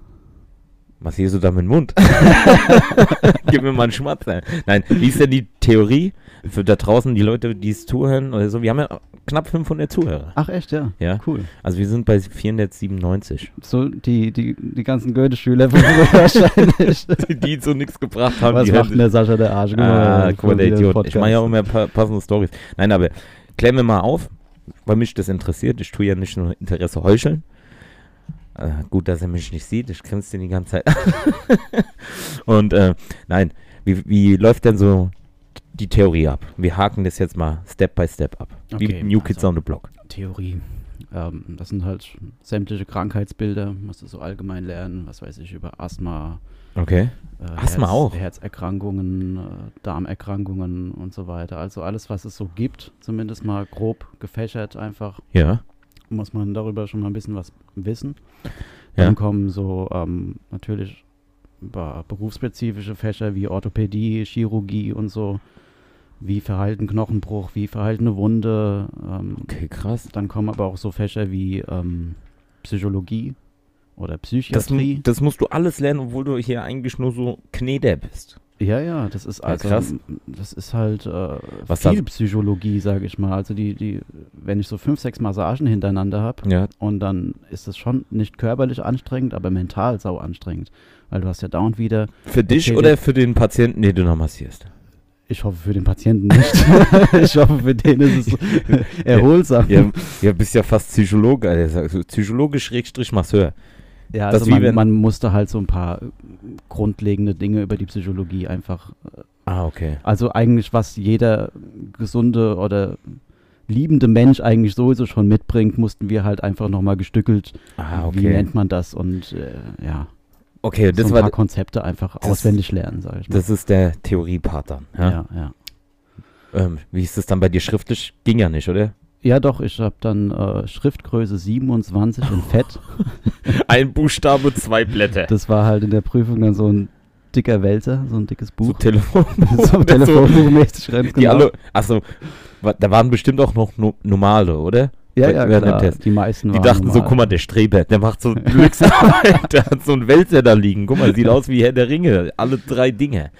Speaker 2: Was siehst du da mit dem Mund? Gib mir mal einen Schmatzer. Nein, wie ist denn die Theorie für da draußen die Leute, die es zuhören oder so? Wir haben ja knapp 500 Zuhörer.
Speaker 3: Ach echt, ja.
Speaker 2: Ja,
Speaker 3: Cool.
Speaker 2: also wir sind bei 497.
Speaker 3: So die, die, die ganzen Goethe-Schüler von früher wahrscheinlich.
Speaker 2: Die so nichts gebracht haben.
Speaker 3: Was
Speaker 2: die
Speaker 3: macht
Speaker 2: hören
Speaker 3: denn der Sascha der Arsch?
Speaker 2: Ah,
Speaker 3: mal,
Speaker 2: guck mal, der
Speaker 3: wieder ein
Speaker 2: Idiot. Ich
Speaker 3: Podcast.
Speaker 2: mache ja auch immer pa passende Stories. Nein, aber klär mir mal auf, weil mich das interessiert. Ich tue ja nicht nur Interesse heucheln. Äh, gut, dass er mich nicht sieht. Ich grinse den die ganze Zeit. an. Und äh, nein, wie, wie läuft denn so die Theorie ab? Wir haken das jetzt mal Step by Step ab.
Speaker 3: Okay,
Speaker 2: wie New Kids
Speaker 3: also-
Speaker 2: on the Block.
Speaker 3: Theorie. Ähm, das sind halt sämtliche Krankheitsbilder, musst du so allgemein lernen, was weiß ich, über Asthma,
Speaker 2: Okay.
Speaker 3: äh,
Speaker 2: Asthma
Speaker 3: Herz,
Speaker 2: auch?
Speaker 3: Herzerkrankungen, äh, Darmerkrankungen und so weiter. Also alles, was es so gibt, zumindest mal grob gefächert einfach,
Speaker 2: Ja.
Speaker 3: muss man darüber schon mal ein bisschen was wissen.
Speaker 2: Ja.
Speaker 3: Dann kommen so ähm, natürlich über berufsspezifische Fächer wie Orthopädie, Chirurgie und so. Wie verhalten Knochenbruch, wie verhalten eine Wunde, ähm,
Speaker 2: Okay, krass.
Speaker 3: dann kommen aber auch so Fächer wie ähm, Psychologie oder
Speaker 2: Das,
Speaker 3: Psychiatrie.
Speaker 2: das musst du alles lernen, obwohl du hier eigentlich nur so Kneder bist.
Speaker 3: ja, ja, das ist also,
Speaker 2: krass.
Speaker 3: das ist halt äh,
Speaker 2: Was
Speaker 3: viel
Speaker 2: das-
Speaker 3: Psychologie, sage ich mal. Also die, die, wenn ich so fünf, sechs Massagen hintereinander habe
Speaker 2: Ja.
Speaker 3: und dann ist das schon nicht körperlich anstrengend, aber mental sau anstrengend, weil du hast ja dauernd wieder,
Speaker 2: Für dich
Speaker 3: Erzähl
Speaker 2: oder für den Patienten, den du noch massierst?
Speaker 3: ich hoffe für den Patienten nicht, ich hoffe für den ist es erholsam.
Speaker 2: Ja, ja bist ja fast Psychologe, Alter. Also Psychologe Schrägstrich Masseur.
Speaker 3: Ja,
Speaker 2: Das
Speaker 3: also
Speaker 2: wie
Speaker 3: man,
Speaker 2: wenn-
Speaker 3: man musste halt so ein paar äh, grundlegende Dinge über die Psychologie einfach
Speaker 2: Ah, okay.
Speaker 3: Also eigentlich, was jeder gesunde oder liebende Mensch eigentlich sowieso schon mitbringt, mussten wir halt einfach nochmal gestückelt,
Speaker 2: Ah,
Speaker 3: wie
Speaker 2: okay.
Speaker 3: nennt man das und äh, ja,
Speaker 2: Okay,
Speaker 3: so
Speaker 2: das
Speaker 3: ein
Speaker 2: war
Speaker 3: paar Konzepte einfach
Speaker 2: das-
Speaker 3: auswendig lernen, sage ich mal.
Speaker 2: das ist der Theorie-Part dann. Ja?
Speaker 3: ja, ja.
Speaker 2: Ähm, wie ist das dann bei dir schriftlich? Ging ja nicht, oder?
Speaker 3: Ja, doch, ich habe dann äh, Schriftgröße 27 in Fett.
Speaker 2: Ein Buchstabe, zwei Blätter.
Speaker 3: Das war halt in der Prüfung dann so ein dicker Wälzer, so ein dickes
Speaker 2: so
Speaker 3: Buch.
Speaker 2: Telefon.
Speaker 3: So, telefonbuchmäßig ganz
Speaker 2: Die alle, achso, wa- da waren bestimmt auch noch no normale, oder?
Speaker 3: ja, ja,
Speaker 2: während dem
Speaker 3: klar.
Speaker 2: Test.
Speaker 3: Die meisten
Speaker 2: Die
Speaker 3: waren
Speaker 2: dachten so,
Speaker 3: normal.
Speaker 2: guck mal, der Streber, der macht so Glücksarbeit, der hat so einen Wälzer da liegen. Guck mal, sieht aus wie Herr der Ringe, alle drei Dinge.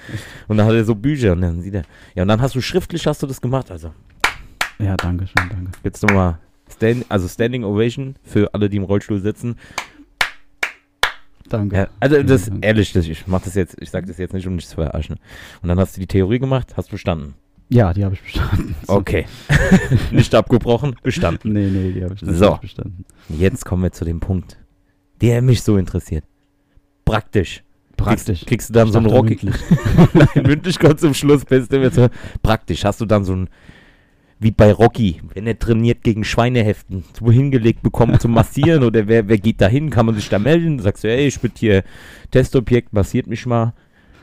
Speaker 2: Und dann hat er so Bücher und dann sieht er. Ja, und dann hast du schriftlich hast du das gemacht, also.
Speaker 3: Ja, danke schön, danke.
Speaker 2: Jetzt nochmal Stand, also Standing Ovation für alle, die im Rollstuhl sitzen.
Speaker 3: Danke.
Speaker 2: Ja, also das
Speaker 3: danke.
Speaker 2: ehrlich, das, ich mach das jetzt, ich sag das jetzt nicht, um dich zu verarschen. Und dann hast du die Theorie gemacht, hast bestanden.
Speaker 3: Ja, die habe ich bestanden.
Speaker 2: Okay. nicht abgebrochen, bestanden.
Speaker 3: Nee, nee, die habe ich
Speaker 2: So.
Speaker 3: nicht bestanden.
Speaker 2: Jetzt kommen wir zu dem Punkt, der mich so interessiert. Praktisch.
Speaker 3: Praktisch.
Speaker 2: Kriegst, kriegst du dann so einen
Speaker 3: Dachte
Speaker 2: Rocky.
Speaker 3: mündlich.
Speaker 2: Nein, mündlich kommt zum Schluss. Bist du mir zu, praktisch hast du dann so ein, wie bei Rocky, wenn er trainiert gegen Schweineheften, so hingelegt bekommen zum Massieren oder wer, wer geht da hin, kann man sich da melden? Sagst du, ey, ich bin hier Testobjekt, massiert mich mal.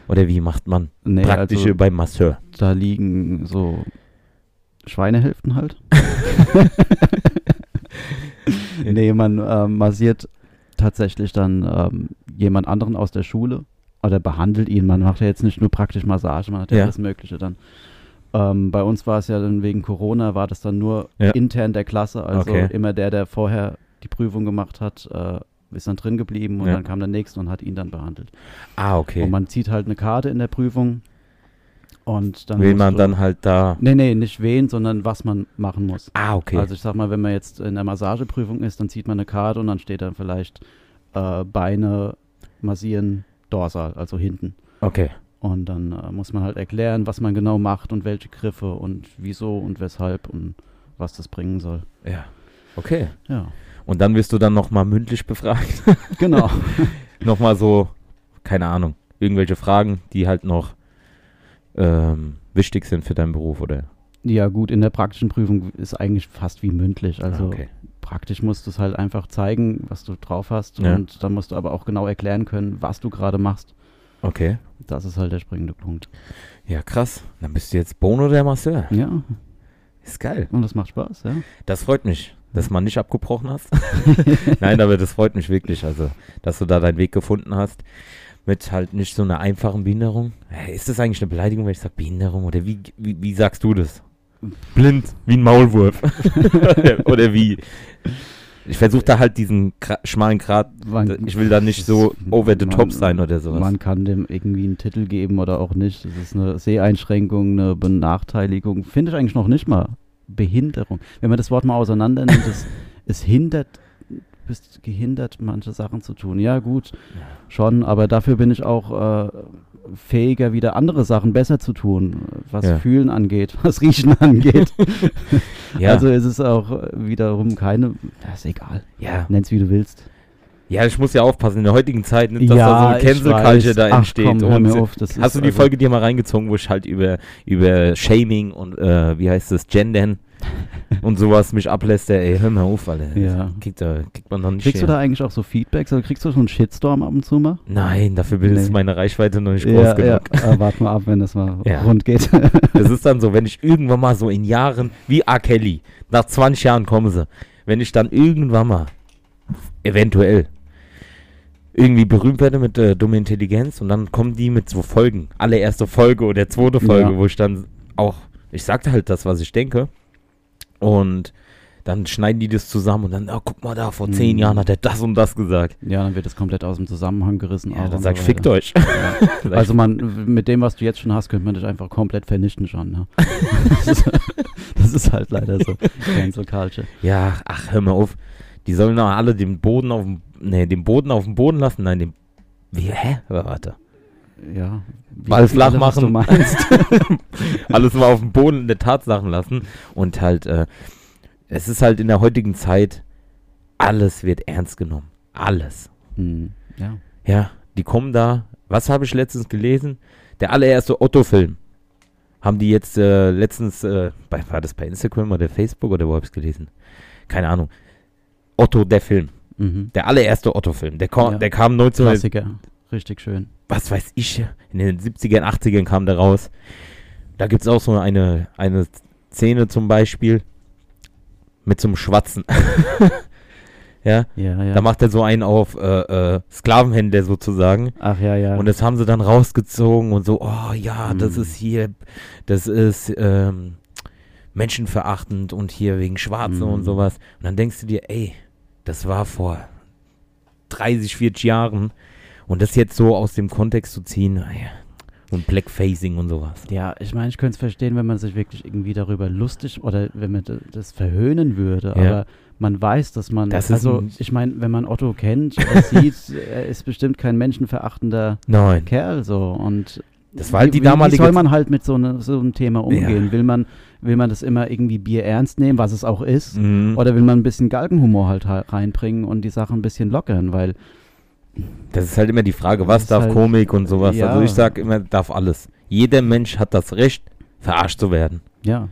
Speaker 2: Oder wie macht man
Speaker 3: Nee,
Speaker 2: praktische
Speaker 3: also
Speaker 2: beim Masseur?
Speaker 3: da liegen so Schweinehälften halt. nee, man ähm, massiert tatsächlich dann ähm, jemand anderen aus der Schule oder behandelt ihn. Man macht ja jetzt nicht nur praktisch Massage, man hat ja,
Speaker 2: Ja.
Speaker 3: alles Mögliche dann. Ähm, bei uns war es ja dann wegen Corona, war das dann nur
Speaker 2: Ja.
Speaker 3: intern der Klasse, also
Speaker 2: Okay.
Speaker 3: immer der, der vorher die Prüfung gemacht hat, äh, ist dann drin geblieben und
Speaker 2: Ja.
Speaker 3: dann kam der nächste und hat ihn dann behandelt.
Speaker 2: Ah, okay.
Speaker 3: Und man zieht halt eine Karte in der Prüfung. Und dann.
Speaker 2: Will
Speaker 3: musst
Speaker 2: man
Speaker 3: du-
Speaker 2: dann halt da.
Speaker 3: Nee, nee, nicht wen, sondern was man machen muss.
Speaker 2: Ah, okay.
Speaker 3: Also ich sag mal, wenn man jetzt in der Massageprüfung ist, dann zieht man eine Karte und dann steht dann vielleicht äh, Beine massieren, dorsal, also hinten.
Speaker 2: okay.
Speaker 3: Und dann äh, muss man halt erklären, was man genau macht und welche Griffe und wieso und weshalb und was das bringen soll.
Speaker 2: Ja. Okay.
Speaker 3: Ja,
Speaker 2: Und dann wirst du dann nochmal mündlich befragt.
Speaker 3: genau.
Speaker 2: nochmal so, keine Ahnung, irgendwelche Fragen, die halt noch ähm, wichtig sind für deinen Beruf, oder?
Speaker 3: ja gut, in der praktischen Prüfung ist eigentlich fast wie mündlich. Also
Speaker 2: Ah, okay.
Speaker 3: praktisch musst du es halt einfach zeigen, was du drauf hast.
Speaker 2: Ja.
Speaker 3: Und dann musst du aber auch genau erklären können, was du gerade machst.
Speaker 2: Okay.
Speaker 3: Das ist halt der springende Punkt.
Speaker 2: Ja, krass. Dann bist du jetzt Bono der Masseur.
Speaker 3: Ja,
Speaker 2: Ist geil.
Speaker 3: und das macht Spaß, ja.
Speaker 2: Das freut mich, dass man nicht abgebrochen hast. Nein, aber das freut mich wirklich, also, dass du da deinen Weg gefunden hast. Mit halt nicht so einer einfachen Behinderung. Äh, Ist das eigentlich eine Beleidigung, wenn ich sage Behinderung? Oder wie, wie, wie sagst du das? Blind, wie ein Maulwurf. oder wie? Ich versuche da halt diesen gra- schmalen Grat
Speaker 3: Man,
Speaker 2: Ich will da nicht so oh, over the top sein oder sowas.
Speaker 3: Man kann dem irgendwie einen Titel geben oder auch nicht. Das ist eine Seheinschränkung, eine Benachteiligung. Finde ich eigentlich noch nicht mal. Behinderung. Wenn man das Wort mal auseinander nimmt, es, es hindert, du bist gehindert, manche Sachen zu tun. Ja, gut, schon, aber dafür bin ich auch äh, fähiger, wieder andere Sachen besser zu tun, was
Speaker 2: Ja.
Speaker 3: Fühlen angeht, was Riechen angeht.
Speaker 2: ja,
Speaker 3: Also ist es auch äh, wiederum keine, ja, ist egal,
Speaker 2: ja,
Speaker 3: nenn's wie du willst.
Speaker 2: Ja, ich muss ja aufpassen in der heutigen Zeit, ne, dass da so eine
Speaker 3: ich
Speaker 2: Cancel Culture
Speaker 3: weiß.
Speaker 2: da
Speaker 3: Ach,
Speaker 2: entsteht.
Speaker 3: Komm, hör
Speaker 2: und
Speaker 3: mir auf, das
Speaker 2: hast
Speaker 3: ist
Speaker 2: du die
Speaker 3: also-
Speaker 2: Folge dir mal reingezogen, wo ich halt über, über Shaming und äh, wie heißt das, Gendern und sowas mich ablässt, ey, hör mal auf, Alter.
Speaker 3: Ja.
Speaker 2: Kriegt, da, kriegt man noch nicht
Speaker 3: Kriegst
Speaker 2: hin.
Speaker 3: du da eigentlich auch so Feedbacks? Also kriegst du schon einen Shitstorm ab und zu mal?
Speaker 2: Nein, dafür ist
Speaker 3: Nee.
Speaker 2: meine Reichweite noch nicht groß genug.
Speaker 3: Äh, warte mal ab, wenn das mal
Speaker 2: Ja.
Speaker 3: rund geht.
Speaker 2: Das ist dann so, wenn ich irgendwann mal so in Jahren, wie R. Kelly, nach 20 Jahren kommen sie, wenn ich dann irgendwann mal, eventuell, irgendwie berühmt werde mit äh, dumme Intelligenz und dann kommen die mit so Folgen, allererste Folge oder zweite Folge,
Speaker 3: Ja.
Speaker 2: wo ich dann auch, ich sagte halt das, was ich denke und dann schneiden die das zusammen und dann, oh, guck mal da, vor zehn
Speaker 3: Mhm.
Speaker 2: Jahren hat er das und das gesagt.
Speaker 3: ja, dann wird das komplett aus dem Zusammenhang gerissen.
Speaker 2: Ja,
Speaker 3: auch
Speaker 2: dann
Speaker 3: und
Speaker 2: sag ich,
Speaker 3: so
Speaker 2: fickt
Speaker 3: weiter.
Speaker 2: euch. Sag ich,
Speaker 3: Also man, mit dem, was du jetzt schon hast, könnte man dich einfach komplett vernichten schon. Ne? das, ist, das ist halt leider so. Cancel Culture.
Speaker 2: Ja, ach, hör mal auf. Die sollen doch alle den Boden auf dem. Nee, den Boden auf dem Boden lassen. Nein, den. Wie, hä? Warte.
Speaker 3: Ja. Wie-
Speaker 2: Ball flach
Speaker 3: alles, was
Speaker 2: machen.
Speaker 3: Du meinst.
Speaker 2: Alles mal auf dem Boden der Tatsachen lassen. Und halt, äh, es ist halt in der heutigen Zeit, alles wird ernst genommen. Alles.
Speaker 3: Hm, ja.
Speaker 2: Ja, die kommen da. Was habe ich letztens gelesen? Der allererste Otto-Film. Haben die jetzt äh, letztens, äh, bei, war das bei Instagram oder Facebook oder wo habe ich es gelesen? Keine Ahnung. Otto, der Film.
Speaker 3: Mhm.
Speaker 2: Der allererste Otto-Film. Der, ko-
Speaker 3: Ja.
Speaker 2: der kam 19,
Speaker 3: Klassiker. Richtig schön.
Speaker 2: was weiß ich, in den 70ern, 80ern kam der raus. Da gibt es auch so eine, eine Szene zum Beispiel mit so einem Schwatzen. ja,
Speaker 3: Ja, ja.
Speaker 2: da macht er so einen auf äh, äh, Sklavenhändler sozusagen.
Speaker 3: Ach ja, ja.
Speaker 2: Und das haben sie dann rausgezogen und so, oh ja, das
Speaker 3: Hm.
Speaker 2: ist hier, das ist ähm, menschenverachtend und hier wegen Schwarze
Speaker 3: Hm.
Speaker 2: und sowas. Und dann denkst du dir, ey, das war vor 30, 40 Jahren. Und das jetzt so aus dem Kontext zu ziehen, naja, und Blackfacing und sowas.
Speaker 3: Ja, ich meine, ich könnte es verstehen, wenn man sich wirklich irgendwie darüber lustig oder wenn man d- das verhöhnen würde,
Speaker 2: Ja.
Speaker 3: aber man weiß, dass man,
Speaker 2: Das ist
Speaker 3: also
Speaker 2: ein-
Speaker 3: ich meine, wenn man Otto kennt, er sieht, er ist bestimmt kein menschenverachtender
Speaker 2: Nein.
Speaker 3: Kerl so und
Speaker 2: Das war halt die
Speaker 3: wie,
Speaker 2: damalige
Speaker 3: Wie soll
Speaker 2: Z-
Speaker 3: man halt mit so, ne, so einem Thema umgehen? Will man, will man das immer irgendwie Bier ernst nehmen, was es auch ist?
Speaker 2: Mhm.
Speaker 3: Oder will man ein bisschen Galgenhumor halt ha- reinbringen und die Sache ein bisschen lockern, weil
Speaker 2: Das ist halt immer die Frage,
Speaker 3: Das
Speaker 2: was
Speaker 3: ist
Speaker 2: darf
Speaker 3: halt-
Speaker 2: Komik und sowas.
Speaker 3: Ja.
Speaker 2: Also ich sag immer, darf alles. Jeder Mensch hat das Recht, verarscht zu werden.
Speaker 3: ja,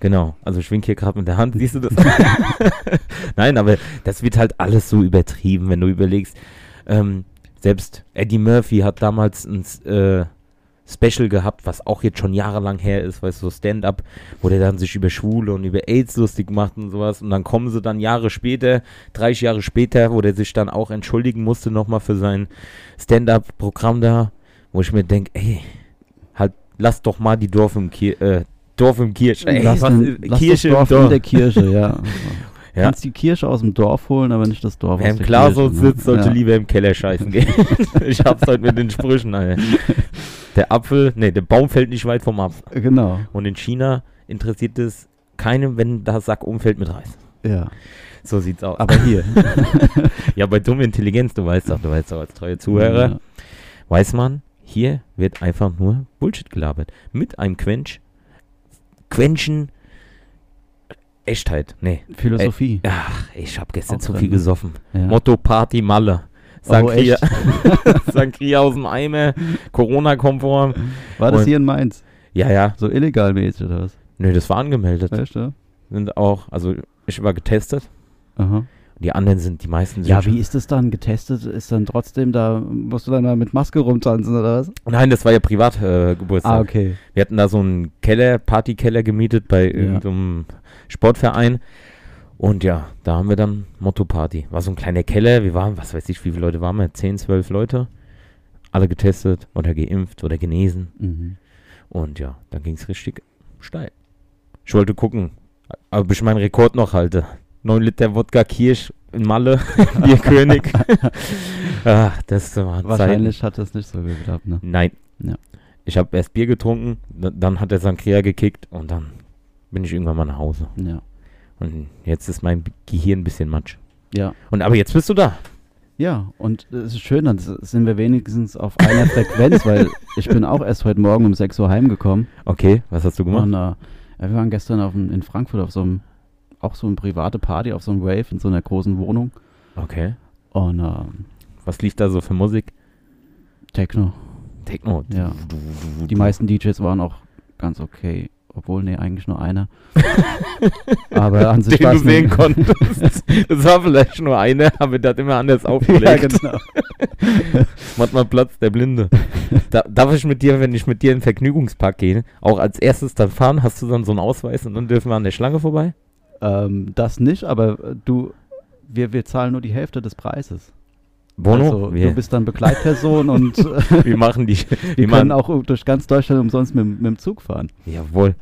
Speaker 2: Genau, also ich wink hier gerade mit der Hand, siehst du das? Nein, aber das wird halt alles so übertrieben, wenn du überlegst. Ähm, selbst Eddie Murphy hat damals ein S- äh, Special gehabt, was auch jetzt schon jahrelang her ist, weißt du, so Stand-up, wo der dann sich über Schwule und über AIDS lustig macht und sowas. Und dann kommen sie dann Jahre später, 30 Jahre später, wo der sich dann auch entschuldigen musste nochmal für sein Stand-up-Programm da, wo ich mir denke, ey, halt, lass doch mal die Dorf im Kirch, äh, Dorf im Kirsch, ey,
Speaker 3: lass,
Speaker 2: was
Speaker 3: den,
Speaker 2: ist-
Speaker 3: lass
Speaker 2: Kirche im
Speaker 3: das Dorf in
Speaker 2: Dorf.
Speaker 3: der Kirche, ja.
Speaker 2: Ja.
Speaker 3: Kannst die Kirsche aus dem Dorf holen, aber nicht das Dorf
Speaker 2: Wer
Speaker 3: aus
Speaker 2: im
Speaker 3: der
Speaker 2: Glashaus
Speaker 3: Kirche, ne?
Speaker 2: sitzt, sollte
Speaker 3: ja.
Speaker 2: lieber im Keller scheißen gehen. ich hab's heute mit den Sprüchen, Alter. Der Apfel, nee, der Baum fällt nicht weit vom Apfel.
Speaker 3: Genau,
Speaker 2: Und in China interessiert es keinem, wenn der Sack umfällt mit Reis.
Speaker 3: ja.
Speaker 2: So sieht's aus.
Speaker 3: Aber hier.
Speaker 2: ja, bei dummer Intelligenz, du weißt doch, du weißt doch als treuer Zuhörer,
Speaker 3: Ja.
Speaker 2: weiß man, hier wird einfach nur Bullshit gelabert. Mit einem Quench, Quenchen, Echtheit, nee.
Speaker 3: Philosophie.
Speaker 2: Ach, ich hab gestern
Speaker 3: Auch
Speaker 2: zu
Speaker 3: drin,
Speaker 2: viel
Speaker 3: ne?
Speaker 2: gesoffen.
Speaker 3: ja.
Speaker 2: Motto Party Malle.
Speaker 3: Oh,
Speaker 2: Sangria,
Speaker 3: echt?
Speaker 2: Sangria aus dem Eimer, Corona-konform.
Speaker 3: War das
Speaker 2: Und-
Speaker 3: hier in Mainz?
Speaker 2: Ja, ja.
Speaker 3: So illegal mäßig oder was?
Speaker 2: Nö, das war angemeldet.
Speaker 3: Weißt du?
Speaker 2: Sind auch, also ich war getestet.
Speaker 3: Aha.
Speaker 2: Die anderen sind, die meisten sind.
Speaker 3: Ja,
Speaker 2: schon-
Speaker 3: wie ist das dann getestet? Ist dann trotzdem da, musst du dann mal mit Maske rumtanzen oder was?
Speaker 2: Nein, das war ja Privatgeburtstag. Äh, Geburtstag.
Speaker 3: Ah, okay.
Speaker 2: Wir hatten da so einen Keller, Partykeller gemietet bei irgendeinem Sportverein. Und ja, da haben wir dann Motto Party. War so ein kleiner Keller. Wir waren, was weiß ich, wie viele Leute waren wir? 10, 12 Leute. Alle getestet oder geimpft oder genesen.
Speaker 3: Mhm.
Speaker 2: Und ja, dann ging es richtig steil. Ich wollte gucken, ob ich meinen Rekord noch halte. 9 Liter Wodka Kirsch in Malle, Bierkönig. Ach, das war
Speaker 3: Wahrscheinlich hat das nicht so geklappt, ne?
Speaker 2: Nein.
Speaker 3: Ja.
Speaker 2: Ich habe erst Bier getrunken, da- dann hat der Sankria gekickt und dann bin ich irgendwann mal nach Hause.
Speaker 3: Ja.
Speaker 2: Und jetzt ist mein B- Gehirn ein bisschen matsch.
Speaker 3: Ja.
Speaker 2: Und aber jetzt bist du da.
Speaker 3: Ja, und es ist schön, dann s- sind wir wenigstens auf einer Frequenz, weil ich bin auch erst heute Morgen um 6 Uhr heimgekommen.
Speaker 2: Okay, was hast du gemacht?
Speaker 3: Und, äh, ja, wir waren gestern auf dem- in Frankfurt auf so einem, auch so eine private Party, auf so einem Wave in so einer großen Wohnung.
Speaker 2: Okay.
Speaker 3: Und äh,
Speaker 2: Was lief da so für Musik?
Speaker 3: Techno.
Speaker 2: Techno.
Speaker 3: Ja. Die meisten DJs waren auch ganz okay. Obwohl, nee, eigentlich nur einer. Aber an sich
Speaker 2: den
Speaker 3: war
Speaker 2: du
Speaker 3: es
Speaker 2: sehen
Speaker 3: eine-
Speaker 2: konntest. Das war vielleicht nur eine, aber der hat immer anders
Speaker 3: ja,
Speaker 2: aufgelegt.
Speaker 3: genau.
Speaker 2: Macht mal Platz, der Blinde. Da, darf ich mit dir, wenn ich mit dir in den Vergnügungspark gehe, auch als erstes dann fahren? Hast du dann so einen Ausweis und dann dürfen wir an der Schlange vorbei?
Speaker 3: ähm, das nicht, aber äh, du, wir, wir zahlen nur die Hälfte des Preises.
Speaker 2: Bono,
Speaker 3: also,
Speaker 2: wir,
Speaker 3: du bist dann Begleitperson und äh,
Speaker 2: wir machen die.
Speaker 3: wir
Speaker 2: machen-
Speaker 3: können auch durch ganz Deutschland umsonst mit, mit dem Zug fahren.
Speaker 2: Jawohl.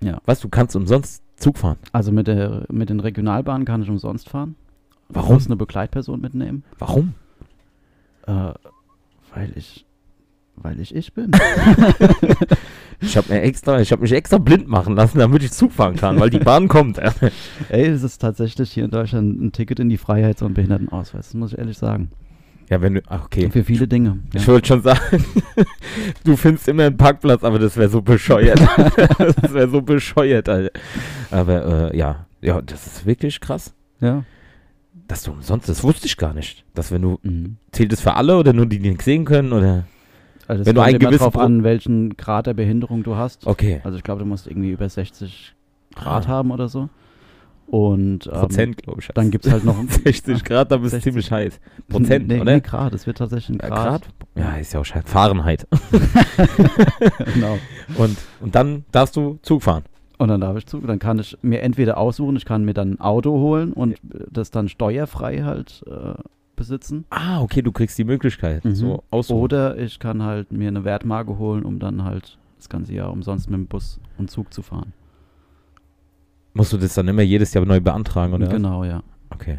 Speaker 3: Ja.
Speaker 2: Was, du kannst umsonst Zug fahren?
Speaker 3: Also mit, der, mit den Regionalbahnen kann ich umsonst fahren. Ich
Speaker 2: Warum?
Speaker 3: muss eine Begleitperson mitnehmen.
Speaker 2: Warum?
Speaker 3: Äh, weil ich, weil ich ich bin.
Speaker 2: Ich habe mir extra, ich habe mich extra blind machen lassen, damit ich Zug fahren kann, weil die Bahn kommt.
Speaker 3: Ey, es ist tatsächlich hier in Deutschland ein Ticket in die Freiheits- und Behindertenausweis. Das muss ich ehrlich sagen.
Speaker 2: Ja, wenn du, ach, okay.
Speaker 3: Für viele Dinge.
Speaker 2: Ich
Speaker 3: ja.
Speaker 2: wollte schon sagen, du findest immer einen Parkplatz, aber das wäre so bescheuert. das wäre so bescheuert, Alter. Aber äh, ja, ja, das ist wirklich krass,
Speaker 3: ja.
Speaker 2: dass du umsonst, das wusste ich gar nicht. Dass wenn du,
Speaker 3: Mhm.
Speaker 2: zählt es für alle oder nur die, die nichts sehen können oder?
Speaker 3: Also es
Speaker 2: Wenn du
Speaker 3: kommt
Speaker 2: einen
Speaker 3: immer
Speaker 2: gewissen
Speaker 3: drauf
Speaker 2: Pro-
Speaker 3: an, welchen Grad der Behinderung du hast.
Speaker 2: Okay,
Speaker 3: Also ich glaube, du musst irgendwie über 60 Grad
Speaker 2: Ah.
Speaker 3: haben oder so. Und ähm,
Speaker 2: Prozent, glaube ich.
Speaker 3: dann gibt es halt noch
Speaker 2: 60 Grad, da bist du
Speaker 3: 60.
Speaker 2: ziemlich heiß. Prozent,
Speaker 3: nee,
Speaker 2: oder?
Speaker 3: Nee, Grad. Es wird tatsächlich ein
Speaker 2: Äh,
Speaker 3: Grad.
Speaker 2: Ja, ist ja auch scheiße. Fahrenheit.
Speaker 3: genau.
Speaker 2: Und, und dann darfst du Zug fahren.
Speaker 3: Und dann darf ich zu. Dann kann ich mir entweder aussuchen, ich kann mir dann ein Auto holen und äh, das dann steuerfrei halt äh, besitzen.
Speaker 2: Ah, okay, du kriegst die Möglichkeit.
Speaker 3: Mhm.
Speaker 2: So aussuchen.
Speaker 3: Oder ich kann halt mir eine Wertmarke holen, um dann halt das ganze Jahr umsonst mit dem Bus und Zug zu fahren.
Speaker 2: Musst du das dann immer jedes Jahr neu beantragen, oder? was?
Speaker 3: Genau, ja.
Speaker 2: Okay.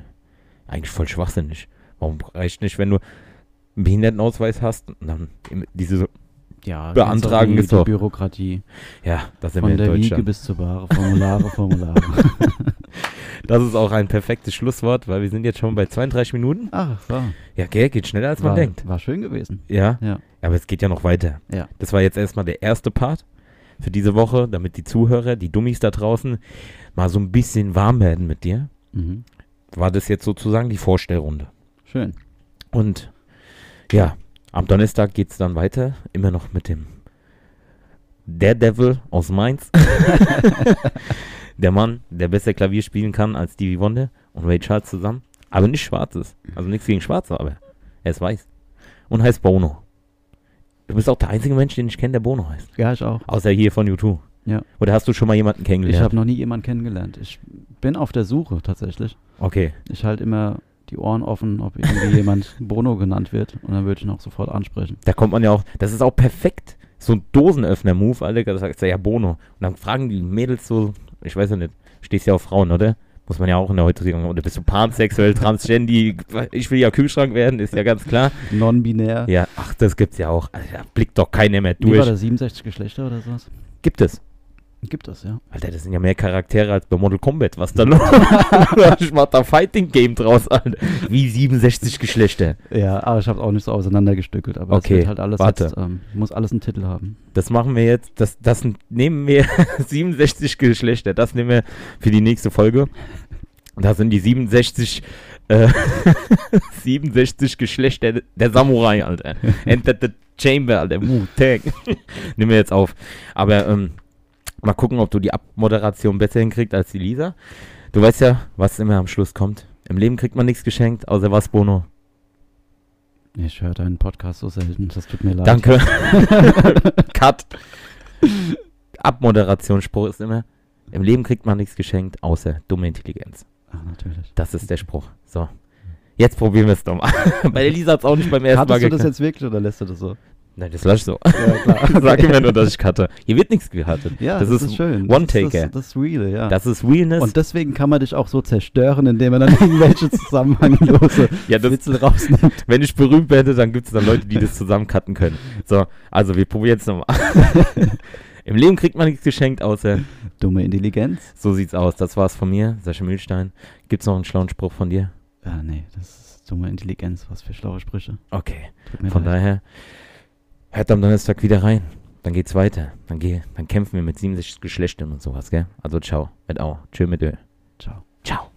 Speaker 2: Eigentlich voll schwachsinnig. Warum reicht nicht, wenn du einen Behindertenausweis hast und dann im- diese,
Speaker 3: Ja,
Speaker 2: Beantragen
Speaker 3: kennst
Speaker 2: ist
Speaker 3: du
Speaker 2: doch-
Speaker 3: auch die, die Bürokratie.
Speaker 2: ja, das sind wir
Speaker 3: Von
Speaker 2: in
Speaker 3: der Wiege
Speaker 2: Deutschland.
Speaker 3: bis zur Ware, Formulare, Formulare.
Speaker 2: Das ist auch ein perfektes Schlusswort, weil wir sind jetzt schon bei 32 Minuten.
Speaker 3: Ach, Ah, war,
Speaker 2: Ja, gell, geht schneller als man
Speaker 3: war,
Speaker 2: denkt.
Speaker 3: war schön gewesen.
Speaker 2: Ja?
Speaker 3: Ja.
Speaker 2: Aber es geht ja noch weiter.
Speaker 3: Ja.
Speaker 2: Das war jetzt erstmal der erste Part für diese Woche, damit die Zuhörer, die Dummies da draußen, mal so ein bisschen warm werden mit dir.
Speaker 3: Mhm.
Speaker 2: War das jetzt sozusagen die Vorstellrunde.
Speaker 3: Schön.
Speaker 2: Und ja, am Donnerstag geht es dann weiter, immer noch mit dem Daredevil aus Mainz. der Mann, der besser Klavier spielen kann als Stevie Wonder und Ray Charles zusammen. Aber nicht Schwarzes. Also nichts gegen Schwarze, aber er ist weiß. Und heißt Bono. Du bist auch der einzige Mensch, den ich kenne, der Bono heißt.
Speaker 3: Ja, ich auch.
Speaker 2: Außer hier von U2.
Speaker 3: Ja.
Speaker 2: Oder hast du schon mal jemanden
Speaker 3: Ich
Speaker 2: kennengelernt?
Speaker 3: habe noch nie jemanden kennengelernt. Ich bin auf der Suche tatsächlich.
Speaker 2: okay.
Speaker 3: Ich halte immer die Ohren offen, ob irgendwie jemand Bono genannt wird. Und dann würde ich ihn auch sofort ansprechen.
Speaker 2: Da kommt man ja auch, das ist auch perfekt. So ein Dosenöffner-Move, alle da sagt er ja Bono. Und dann fragen die Mädels so, ich weiß ja nicht, stehst ja auf Frauen, oder? Muss man ja auch in der heutigen, oder bist du pansexuell, transgendi, ich will ja Kühlschrank werden, ist ja ganz klar.
Speaker 3: Non-binär.
Speaker 2: Ja, ach, das gibt's ja auch. Also, da blickt doch keiner mehr
Speaker 3: Wie war
Speaker 2: durch.
Speaker 3: das? 67 Geschlechter oder sowas?
Speaker 2: Gibt es.
Speaker 3: Gibt es, ja.
Speaker 2: Alter, das sind ja mehr Charaktere als bei Mortal Kombat. Was da los? ich mach da Fighting-Game draus, Alter. Wie 67 Geschlechter.
Speaker 3: Ja, aber ich habe es auch nicht so auseinandergestückelt. Aber
Speaker 2: Okay,
Speaker 3: es wird halt alles
Speaker 2: warte.
Speaker 3: Jetzt, ähm, muss alles einen Titel haben.
Speaker 2: Das machen wir jetzt, das, das nehmen wir 67 Geschlechter, das nehmen wir für die nächste Folge. Das sind die 67, äh, 67 Geschlechter der Samurai, Alter. Enter the Chamber, Alter. Wu Tang. nehmen wir jetzt auf. Aber ähm, mal gucken, ob du die Abmoderation besser hinkriegst als die Lisa. Du weißt ja, was immer am Schluss kommt. Im Leben kriegt man nichts geschenkt, außer was, Bono.
Speaker 3: Ich höre deinen Podcast so selten. Das tut mir leid.
Speaker 2: Danke. Cut. Abmoderationsspruch ist immer, im Leben kriegt man nichts geschenkt, außer dumme Intelligenz.
Speaker 3: Ah, natürlich.
Speaker 2: Das ist der Spruch. So. Jetzt probieren wir es doch mal. Bei der Lisa hat es auch nicht beim ersten Mal
Speaker 3: Hattest du das
Speaker 2: geklappt.
Speaker 3: jetzt wirklich oder lässt du das so?
Speaker 2: Nein, das lass ich so.
Speaker 3: Ja, klar.
Speaker 2: Sag immer nur, dass ich cutte. Hier wird nichts gehattet.
Speaker 3: Ja,
Speaker 2: das, ist,
Speaker 3: schön. Das ist
Speaker 2: One-Taker.
Speaker 3: Das, das ist real, ja.
Speaker 2: Das ist Realness.
Speaker 3: und deswegen kann man dich auch so zerstören, indem man dann irgendwelche zusammenhanglose
Speaker 2: ja, das,
Speaker 3: Witzel rausnimmt.
Speaker 2: wenn ich berühmt werde, dann gibt es dann Leute, die das zusammencutten können. So, also wir probieren es nochmal. Im Leben kriegt man nichts geschenkt, außer
Speaker 3: Dumme Intelligenz?
Speaker 2: So sieht's aus. Das war's von mir, Sascha Mühlstein. Gibt's noch einen schlauen Spruch von dir?
Speaker 3: Ah, nee, das ist dumme Intelligenz. Was für schlaue Sprüche.
Speaker 2: Okay.
Speaker 3: Tut mir
Speaker 2: Von
Speaker 3: leid.
Speaker 2: daher, hört am Donnerstag wieder rein. Dann geht's weiter. Dann, geh, dann kämpfen wir mit 67 Geschlechtern und sowas, gell? Also ciao. Mit Au. Tschö mit Ö.
Speaker 3: Ciao.
Speaker 2: Ciao.